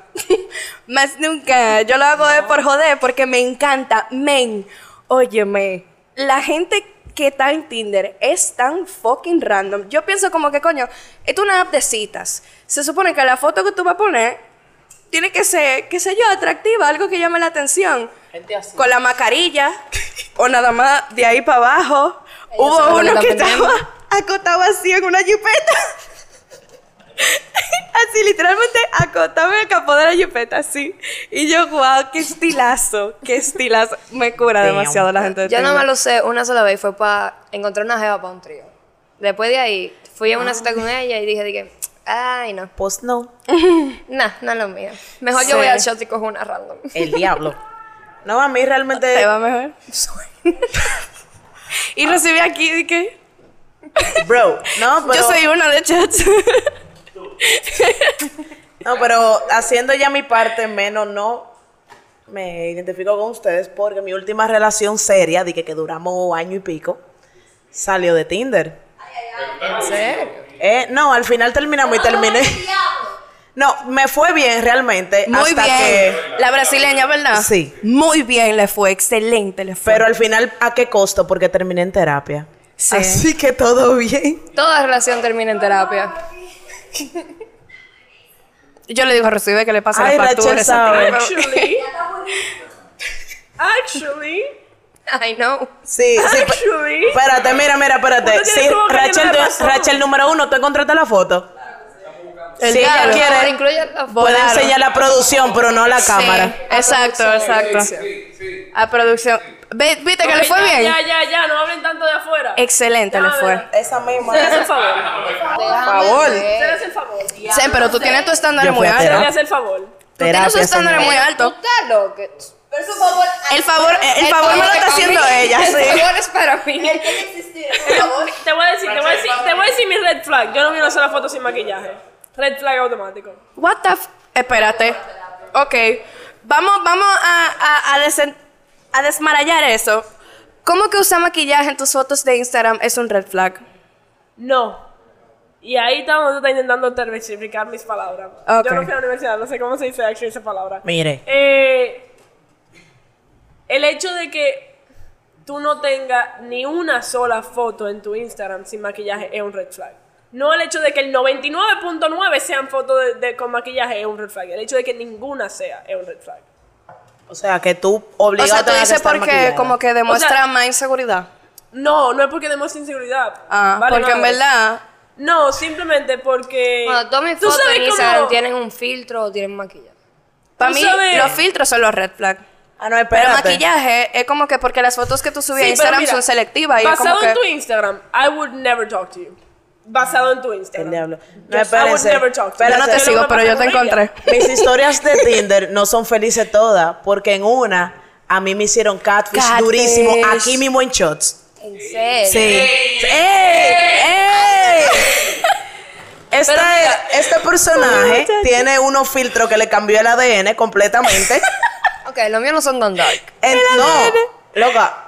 más nunca. Yo lo hago de por joder porque me encanta. Men, óyeme, la gente que está en Tinder es tan fucking random. Yo pienso como que, coño, esto es una app de citas. Se supone que la foto que tú vas a poner tiene que ser, qué sé yo, atractiva, algo que llame la atención. Con la mascarilla o nada más de ahí para abajo.
sé
Hubo
cómo
uno
la
que
están
estaba acotado así en una jipeta. así, literalmente acotado en el capó de la jipeta, así. Y yo, wow, qué estilazo, qué estilazo. Me cura
Damn.
demasiado la gente de
Yo
Tinder.
nada más lo sé una sola vez y fue para encontrar una jeva para un trío. Después de ahí, fui a una cita con ella y dije, dije, ay, no,
Pues no.
nah, no es lo mío. Mejor yo voy
Sí.
al shot y cojo una random.
El diablo. No, a mí
¿Te
realmente.
va mejor? y recibí aquí, dije,
Bro. No, pero.
yo soy una de chats.
No, pero haciendo ya mi parte menos, no me identifico con ustedes porque mi última relación seria, de que, que duramos año y pico, salió de Tinder. Eh, no, al final terminamos y terminé. No, me fue bien realmente.
Muy
hasta
bien.
que-
La brasileña, ¿verdad?
Sí.
Muy bien le fue, excelente le fue.
pero al final, ¿a qué costo? Porque terminé en terapia.
Sí.
Así que todo bien.
Toda relación termina en terapia.
Yo le digo a Recibe que le pase
Ay,
la factura.
Rachel
esa
sabe.
tipa.
Actually, actually,
Ay, no.
Sí, sí. pe-
actually,
Espérate, mira, mira,
Tú no
espérate.
tienes
Sí,
como que
Rachel,
tener
tú-
razón.
Rachel número uno, ¿tú encontraste la foto? si ella
diablo.
Por favor,
quiere,
incluye la foto.
puede
Claro.
enseñar la producción, pero no la
Sí,
cámara.
Exacto, exacto. A producción. Ve- ¿Viste que le
Ok,
fue
ya,
bien?
Ya, ya, ya, no hablen tanto de afuera.
Excelente le
Ya,
fue.
¿verdad?
Esa misma.
Ustedes el favor.
Por favor.
Ustedes hacen el favor.
Sen, pero tú tienes tu estándar
Yo
muy
fui a
alto.
Ustedes
terapia.
hacen el favor.
Tú tienes tu
Terapia,
estándar
señora.
muy alto.
Está loca.
Pero su favor.
El favor, eh, el favor me lo está haciendo ella,
El
sí.
favor es para mí.
Te voy a decir, te voy a decir, te voy a decir mi red flag. Yo no vi una sola foto sin maquillaje. Red flag automático.
What the f Espérate. Ok. Vamos, vamos a, a, a, desen- a desmarallar eso. ¿Cómo que usar maquillaje en tus fotos de Instagram es un red flag?
No. Y ahí está donde está intentando tergiversar mis palabras.
Ok.
Yo no fui a la universidad, no sé cómo se dice actually esa palabra.
Mire.
Eh, el hecho de que tú no tengas ni una sola foto en tu Instagram sin maquillaje es un red flag. No el hecho de que el 99.9 sean fotos de- de- con maquillaje es un red flag. El hecho de que ninguna sea es un red flag.
O sea, que tú
O
obligaste
sea, tú
a
dices porque como que demuestra
O sea-
más inseguridad.
No, no es porque demos inseguridad.
Ah,
Vale,
porque
madre.
en verdad...
No, simplemente porque.
Cuando tomes
Tú
fotos
sabes
en
cómo-
Instagram, ¿tienen un filtro o tienen maquillaje?
Para
Tú
mí,
sabes-
los filtros son los red flag.
Ah, no,
Pero
espérate.
maquillaje es como que porque las fotos que tú
Sí,
subes
pero
a Instagram
mira,
son selectivas y es
Basado
como que...
en tu Instagram, I would never talk to you. Basado en tu Instagram.
El diablo. No,
Yo- I would
espérense.
never talk to you.
Pero
yo no te
Espérate,
sigo,
lo que
pero yo te
pasa con ella.
encontré.
Mis historias de Tinder no son felices todas, porque en una a mí me hicieron catfish,
Catfish.
durísimo, aquí mismo en shots.
¿En serio?
Sí. ¡Ey! ¡Ey! Este, este personaje tiene unos filtros que le cambió el ADN completamente.
Ok, los míos no son tan dark.
En- no, loca.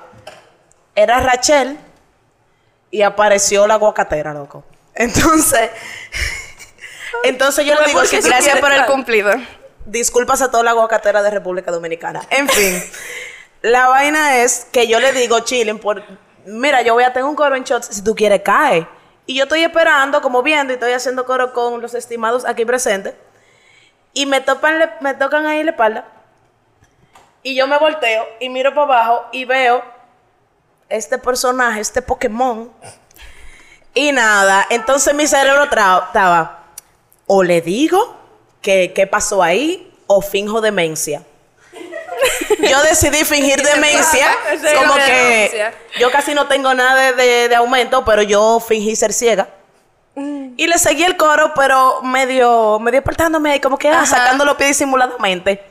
Era Rachel y apareció la guacatera, loco. Entonces, entonces yo le digo, si tú
Gracias
quieres-
por el cumplido.
disculpas a toda la guacatera de República Dominicana. En fin, la vaina es que yo le digo, chillen, por, mira, yo voy a tener un coro en shots, si tú quieres, cae. Y yo estoy esperando, como viendo, y estoy haciendo coro con los estimados aquí presentes. Y me, topan, le- me tocan ahí la espalda. Y yo me volteo y miro para abajo y veo este personaje, este Pokémon. Y nada, entonces mi cerebro tra- estaba, o le digo que- qué pasó ahí, o finjo demencia. yo decidí fingir demencia.
Sí,
como
sí,
que
demencia.
yo casi no tengo nada de, de- de aumento, pero yo fingí ser ciega. Y le seguí el coro, pero medio, medio apartándome ahí, como que ah, sacando los pies disimuladamente.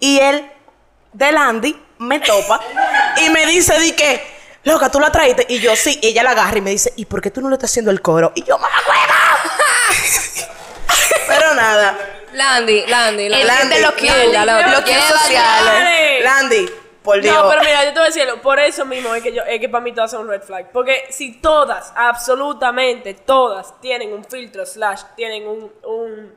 Y él, del Andy, me topa y me dice, di que, loca, tú la traíste. Y yo sí, y ella la agarra y me dice, ¿y por qué tú no le estás haciendo el coro? Y yo, mamá pero nada.
Landy, Landy, Landy.
El
Landy,
de lo
Landy,
que
Landy,
lo que es
Landy.
social.
Dale.
Landy, por Dios.
No, pero mira, yo te voy a decirlo, por eso mismo es que yo, es que para mí todas son un red flag. Porque si todas, absolutamente todas, tienen un filtro, slash, tienen un, un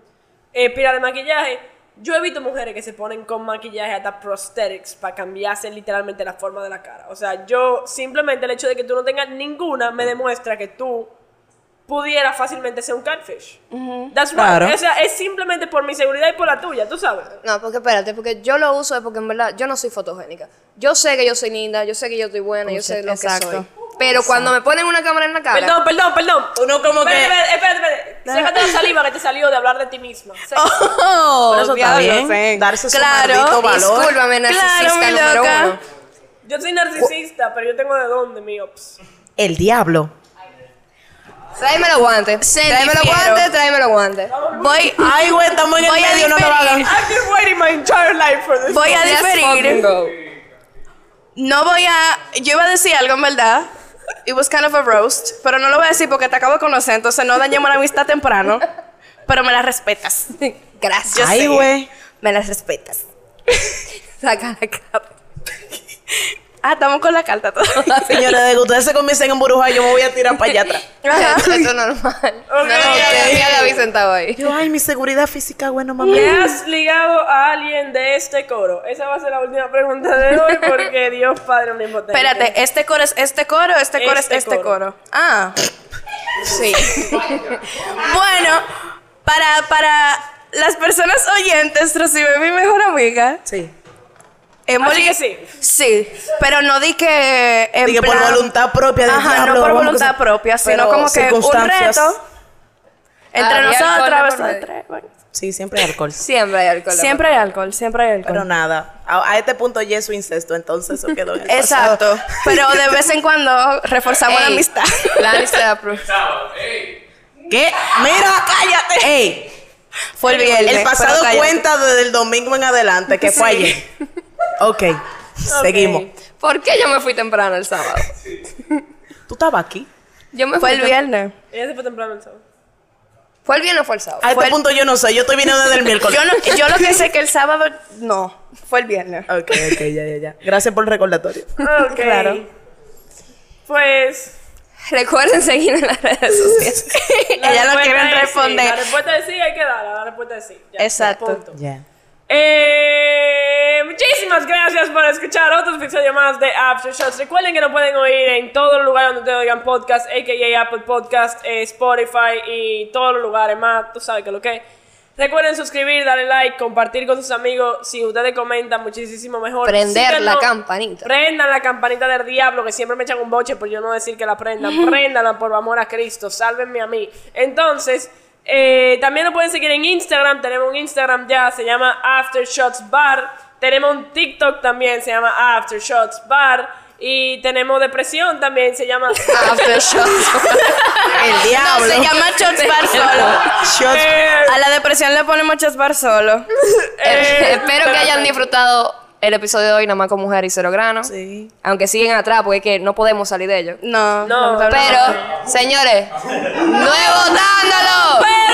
eh, pila de maquillaje, yo he visto mujeres que se ponen con maquillaje hasta prosthetics para cambiarse literalmente la forma de la cara. O sea, yo simplemente el hecho de que tú no tengas ninguna me demuestra que tú pudiera fácilmente ser un catfish. That's right.
Claro.
O sea, es simplemente por mi seguridad y por la tuya, tú sabes.
No, porque espérate, porque yo lo uso es porque en verdad yo no soy fotogénica. Yo sé que yo soy linda, yo sé que yo estoy buena, yo sé lo
exacto.
que soy. Pero cuando me ponen una cámara en la cara,
Perdón, perdón, perdón.
Uno como que-
Espérate, espérate, espérate. Sécate la saliva que te salió de hablar de ti misma. Sécate.
Oh,
Pero eso está
diablo,
bien,
Zen.
darse su maldito
claro.
valor.
discúlpame,
Claro,
narcisista
mi
número
loca.
uno.
Yo soy narcisista, pero yo tengo de dónde, mi ops.
El diablo.
Tráeme los guantes.
Se
Tráeme los
difiero.
guantes, tráeme los guantes.
Voy,
Ay, güey, estamos en el
Voy a
medio, no me lo
diferir.
hagan.
I've been waiting my entire life for this.
voy a
Let's fucking
diferir.
go.
No voy a. Yo iba a decir algo en verdad. It was kind of a roast. Pero no lo voy a decir porque te acabo de conocer. Entonces no dañemos la amistad temprano. Pero me las respetas.
Gracias.
Ay, güey.
Me las respetas.
Saca la capa.
Ah, estamos con la carta todavía.
Señores, de que ustedes se comiencen a embrujar, yo me voy a tirar para allá atrás.
Eso es normal. No, no,
ok.
ya la vi sentado ahí.
Yo, ay, mi seguridad física, bueno, mami.
¿Te has ligado a alguien de este coro? Esa va a ser la última pregunta de hoy porque Dios Padre omnipotente.
Espérate, este coro es este coro, este coro
Este
es este
coro.
coro. Ah.
Sí.
Bueno, para, para las personas oyentes, recibe mi mejor amiga.
Sí.
Hemos
Así
li-
que sí.
Sí, pero no di que. eh, en
Dije, por
plan-
voluntad propia del
Ajá,
diablo,
no por
vamos a
voluntad
cruzar.
propia, sino
Pero
como que un
circunstancias.
reto entre
Había alcohol de
nosotras.
por medio.
nosotras, bueno.
Sí, siempre hay alcohol.
Siempre hay alcohol.
Siempre hay alcohol, siempre hay
Pero
alcohol.
nada, a, a este punto ya es su incesto, entonces eso quedó en el pasado.
Exacto, pero de vez en cuando reforzamos la
Ey,
amistad.
Lani se approve.
Sábado, ey.
¿Qué? Mira, cállate. Ey,
Fue el viernes.
el pasado
pero cállate.
cuenta desde el domingo en adelante, que fue
Sí.
ayer. Ok, seguimos.
¿Por qué yo me fui temprano el sábado?
¿Tú estabas aquí?
Yo me
Fue
fui
el
tem-
viernes.
Ella se fue temprano el sábado.
¿Fue el viernes o fue el sábado?
A este punto yo no sé, yo estoy viniendo desde el miércoles.
Yo, no, yo lo que sé que el sábado no, fue el viernes.
Ok, ok, ya, ya, ya. Gracias por el recordatorio.
Ok.
Claro.
Pues.
Recuerden seguir en las redes sociales.
la
Ella no
respuesta
quieren
es sí. La
responder.
respuesta es sí, hay que darla. La respuesta es sí. Ya,
Exacto.
punto.
Ya.
Eh, muchísimas gracias por escuchar otro episodio más de Aftershots. Recuerden que nos pueden oír en todos los lugares donde te oigan podcast, a.k.a. Apple Podcast, eh, Spotify y todos los lugares más. Tú sabes que lo que es. Recuerden suscribir, darle like, compartir con sus amigos. Si ustedes comentan, muchísimo mejor.
Prender la
Síganos.
campanita.
Prendan la campanita del diablo, que siempre me echan un boche por yo no decir que la prendan. Préndanla, por amor a Cristo. Sálvenme a mí. Entonces, eh, también nos pueden seguir en Instagram. Tenemos un Instagram ya, se llama Aftershots Bar. Tenemos un TikTok también, se llama Aftershots Bar. Y tenemos depresión también, se llama
Aftershock.
El diablo.
Se llama Shots Bar solo.
Shots
Eh,
A la depresión le ponemos Shots Bar solo.
eh,
Espero que hayan disfrutado el episodio de hoy, nada más con mujer y cero grano.
Sí.
Aunque siguen atrás, porque es que no podemos salir de ellos.
No,
No.
lamentablemente.
Pero, señores, ¡nuevo dándolo!
pero-